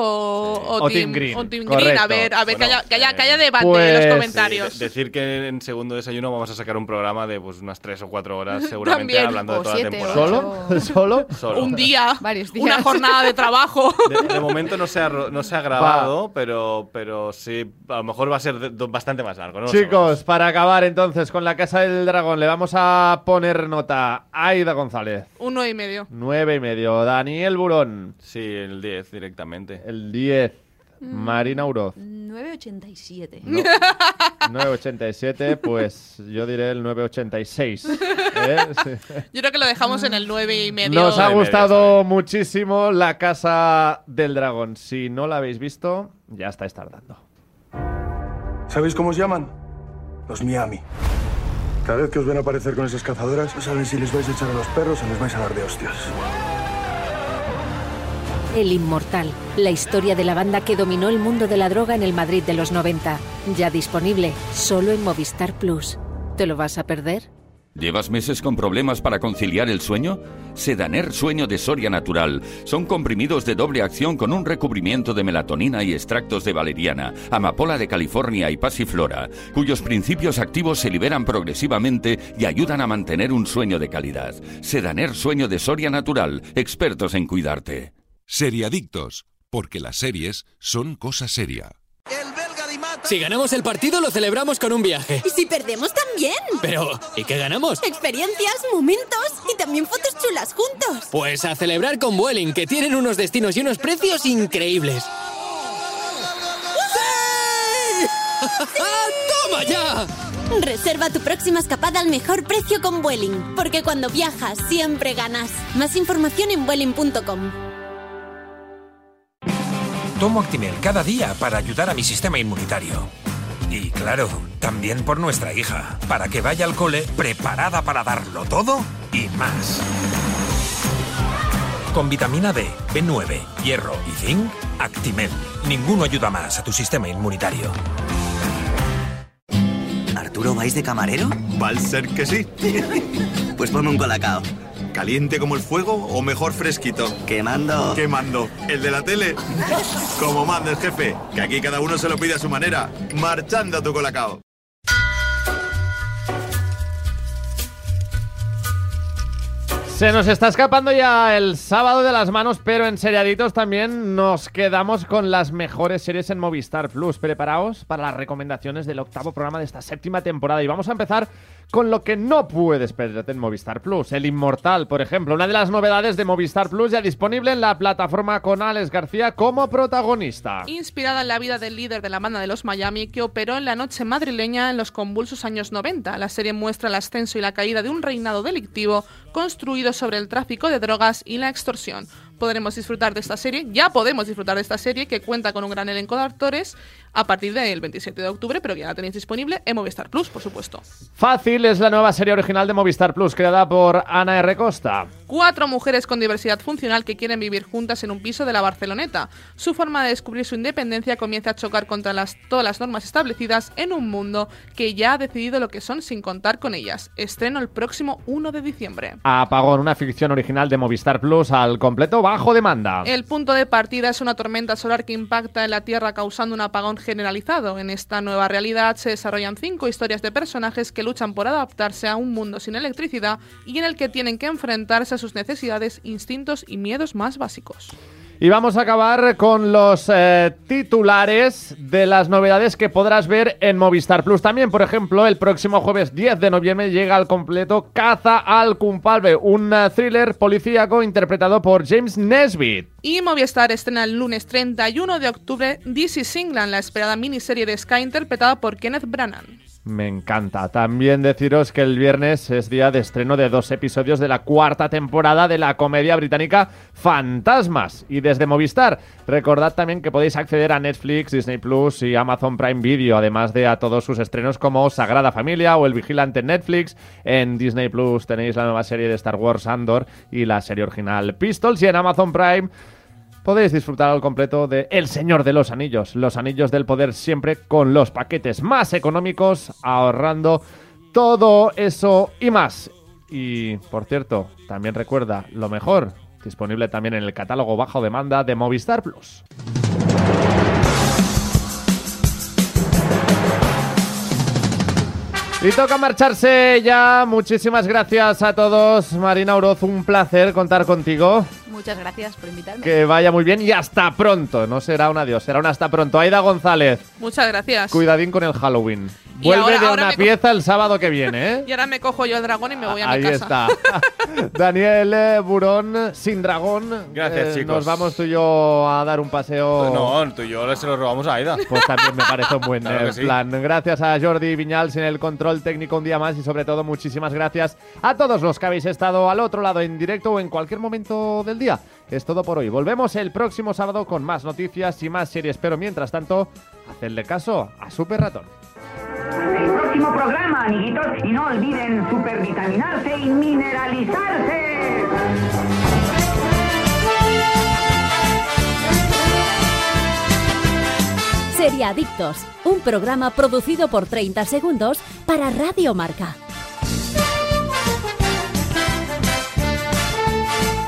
Speaker 2: O Team Green.
Speaker 3: o Team
Speaker 2: Correcto.
Speaker 3: Green. A ver, a ver, que,
Speaker 4: Bueno,
Speaker 3: haya, que, haya,
Speaker 4: eh,
Speaker 3: que haya debate en
Speaker 2: pues-
Speaker 3: los
Speaker 4: Sí,
Speaker 3: comentarios.
Speaker 4: de- decir que en segundo desayuno vamos a sacar un programa de pues unas tres o cuatro horas seguramente
Speaker 3: También.
Speaker 4: hablando de
Speaker 13: O
Speaker 4: toda
Speaker 13: siete,
Speaker 4: la temporada.
Speaker 2: ¿Solo? <laughs> ¿Solo?
Speaker 4: Solo.
Speaker 3: Un día,
Speaker 13: Varios días.
Speaker 3: una jornada de trabajo.
Speaker 4: De, de momento no se ha, ro- no se ha grabado, pero, pero sí, a lo mejor va a ser de- do- bastante más largo. ¿no?
Speaker 2: Chicos, para acabar entonces con la Casa del Dragón, le vamos a poner nota a Aida González,
Speaker 3: Uno y medio.
Speaker 2: nueve y medio. Daniel Burón,
Speaker 4: Sí, el 10 directamente.
Speaker 2: el 10.
Speaker 3: Mm.
Speaker 2: Marina Uroz,
Speaker 13: 987.
Speaker 2: No. 9.87, pues yo diré el 9.86. ¿eh? Sí.
Speaker 3: Yo creo que lo dejamos en el nueve y medio.
Speaker 2: Nos ha gustado muchísimo La Casa del Dragón. Si no la habéis visto, ya estáis tardando.
Speaker 5: ¿Sabéis cómo os llaman? Los Miami. Cada vez que os ven aparecer con esas cazadoras, no saben si les vais a echar a los perros o les vais a dar de hostias.
Speaker 6: El Inmortal, la historia de la banda que dominó el mundo de la droga en el Madrid de los 90, ya disponible solo en Movistar Plus. ¿Te lo vas a perder?
Speaker 1: ¿Llevas meses con problemas para conciliar el sueño? Sedaner Sueño de Soria Natural. Son comprimidos de doble acción con un recubrimiento de melatonina y extractos de valeriana, amapola de California y pasiflora, cuyos principios activos se liberan progresivamente y ayudan a mantener un sueño de calidad. Sedaner Sueño de Soria Natural. Expertos en cuidarte.
Speaker 12: Seriadictos, porque las series son cosa seria.
Speaker 7: Si ganamos el partido, lo celebramos con un viaje.
Speaker 8: ¿Y si perdemos también?
Speaker 7: Pero, ¿y qué ganamos?
Speaker 8: Experiencias, momentos y también fotos chulas <laughs> juntos.
Speaker 7: Pues a celebrar con Vueling, que tienen unos destinos y unos precios increíbles.
Speaker 8: ¡Ah, ¡Toma ya! Reserva tu próxima escapada al mejor precio con Vueling, porque cuando viajas siempre ganas. Más información en vueling.com.
Speaker 9: Tomo Actimel cada día para ayudar a mi sistema inmunitario. Y claro, también por nuestra hija, para que vaya al cole preparada para darlo todo y más. Con vitamina D, B9, hierro y zinc, Actimel. Ninguno ayuda más a tu sistema inmunitario.
Speaker 14: ¿Arturo vais de camarero?
Speaker 11: Va a ser que sí.
Speaker 14: <laughs> Pues ponme un colacao.
Speaker 11: ¿Caliente como el fuego o mejor fresquito?
Speaker 14: Quemando.
Speaker 11: Quemando. ¿El de la
Speaker 14: <laughs>
Speaker 11: tele? Como manda el jefe, que aquí cada uno se lo pide a su manera. Marchando a tu colacao.
Speaker 2: Se nos está escapando ya el sábado de las manos, pero en seriaditos también nos quedamos con las mejores series en Movistar Plus. Preparaos para las recomendaciones del octavo programa de esta séptima temporada y vamos a empezar con lo que no puedes perderte en Movistar Plus. El Inmortal, por ejemplo, una de las novedades de Movistar Plus ya disponible en la plataforma con Alex García como protagonista.
Speaker 3: Inspirada en la vida del líder de la banda de los Miami que operó en la noche madrileña en los convulsos años 90, la serie muestra el ascenso y la caída de un reinado delictivo construido sobre el tráfico de drogas y la extorsión. Podremos disfrutar de esta serie, ya podemos disfrutar de esta serie que cuenta con un gran elenco de actores a partir del 27 de octubre, pero que ya la tenéis disponible en Movistar Plus, por supuesto.
Speaker 2: Fácil es la nueva serie original de Movistar Plus creada por Ana R. Costa.
Speaker 3: Cuatro mujeres con diversidad funcional que quieren vivir juntas en un piso de la Barceloneta. Su forma de descubrir su independencia comienza a chocar contra las, todas las normas establecidas en un mundo que ya ha decidido lo que son sin contar con ellas. Estreno el próximo 1 de diciembre.
Speaker 2: Apagón, una ficción original de Movistar Plus al completo bajo demanda.
Speaker 3: El punto de partida es una tormenta solar que impacta en la Tierra causando un apagón generalizado. En esta nueva realidad se desarrollan cinco historias de personajes que luchan por adaptarse a un mundo sin electricidad y en el que tienen que enfrentarse a sus necesidades, instintos y miedos más básicos.
Speaker 2: Y vamos a acabar con los eh, titulares de las novedades que podrás ver en Movistar Plus. También, por ejemplo, el próximo jueves 10 de noviembre llega al completo Caza al Cumpalve, un eh, thriller policíaco interpretado por James Nesbitt.
Speaker 3: Y Movistar estrena el lunes 31 de octubre This is England, la esperada miniserie de Sky interpretada por Kenneth Branagh.
Speaker 2: Me encanta. También deciros que el viernes es día de estreno de dos episodios de la cuarta temporada de la comedia británica Fantasmas. Y desde Movistar, recordad también que podéis acceder a Netflix, Disney Plus y Amazon Prime Video, además de a todos sus estrenos como Sagrada Familia o El Vigilante en Netflix. En Disney Plus tenéis la nueva serie de Star Wars Andor y la serie original Pistols. Y en Amazon Prime podéis disfrutar al completo de El Señor de los Anillos, los Anillos del Poder siempre con los paquetes más económicos, ahorrando todo eso y más. Y, por cierto, también recuerda lo mejor, disponible también en el catálogo bajo demanda de Movistar Plus. Y toca marcharse ya. Muchísimas gracias a todos. Marina Oroz, un placer contar contigo.
Speaker 13: Muchas gracias por invitarme.
Speaker 2: Que vaya muy bien y hasta pronto. No será un adiós, será un hasta pronto. Aida González,
Speaker 3: Muchas gracias.
Speaker 2: cuidadín con el Halloween.
Speaker 3: Y
Speaker 2: Vuelve
Speaker 3: ahora-
Speaker 2: de
Speaker 3: ahora
Speaker 2: una
Speaker 3: me co-
Speaker 2: pieza el sábado que viene, ¿eh?
Speaker 3: Y ahora me cojo yo el dragón y me <laughs> voy a
Speaker 2: Ahí
Speaker 3: mi casa. <laughs>
Speaker 2: está. Daniel eh, Burón, sin dragón. Eh,
Speaker 4: Gracias, chicos.
Speaker 2: Nos vamos tú y yo a dar un paseo.
Speaker 4: No, tú y yo se lo robamos a Aida.
Speaker 2: Pues también me parece un buen
Speaker 4: Claro
Speaker 2: eh,
Speaker 4: que sí.
Speaker 2: plan. Gracias a Jordi Viñals en el control técnico un día más y sobre todo muchísimas gracias a todos los que habéis estado al otro lado en directo o en cualquier momento del día. Es todo por hoy. Volvemos el próximo sábado con más noticias y más series, pero mientras tanto, hacedle caso a Super Ratón.
Speaker 15: El próximo programa, amiguitos, y no olviden supervitaminarse y mineralizarse.
Speaker 16: Seriadictos, un programa producido por 30 segundos para Radio Marca.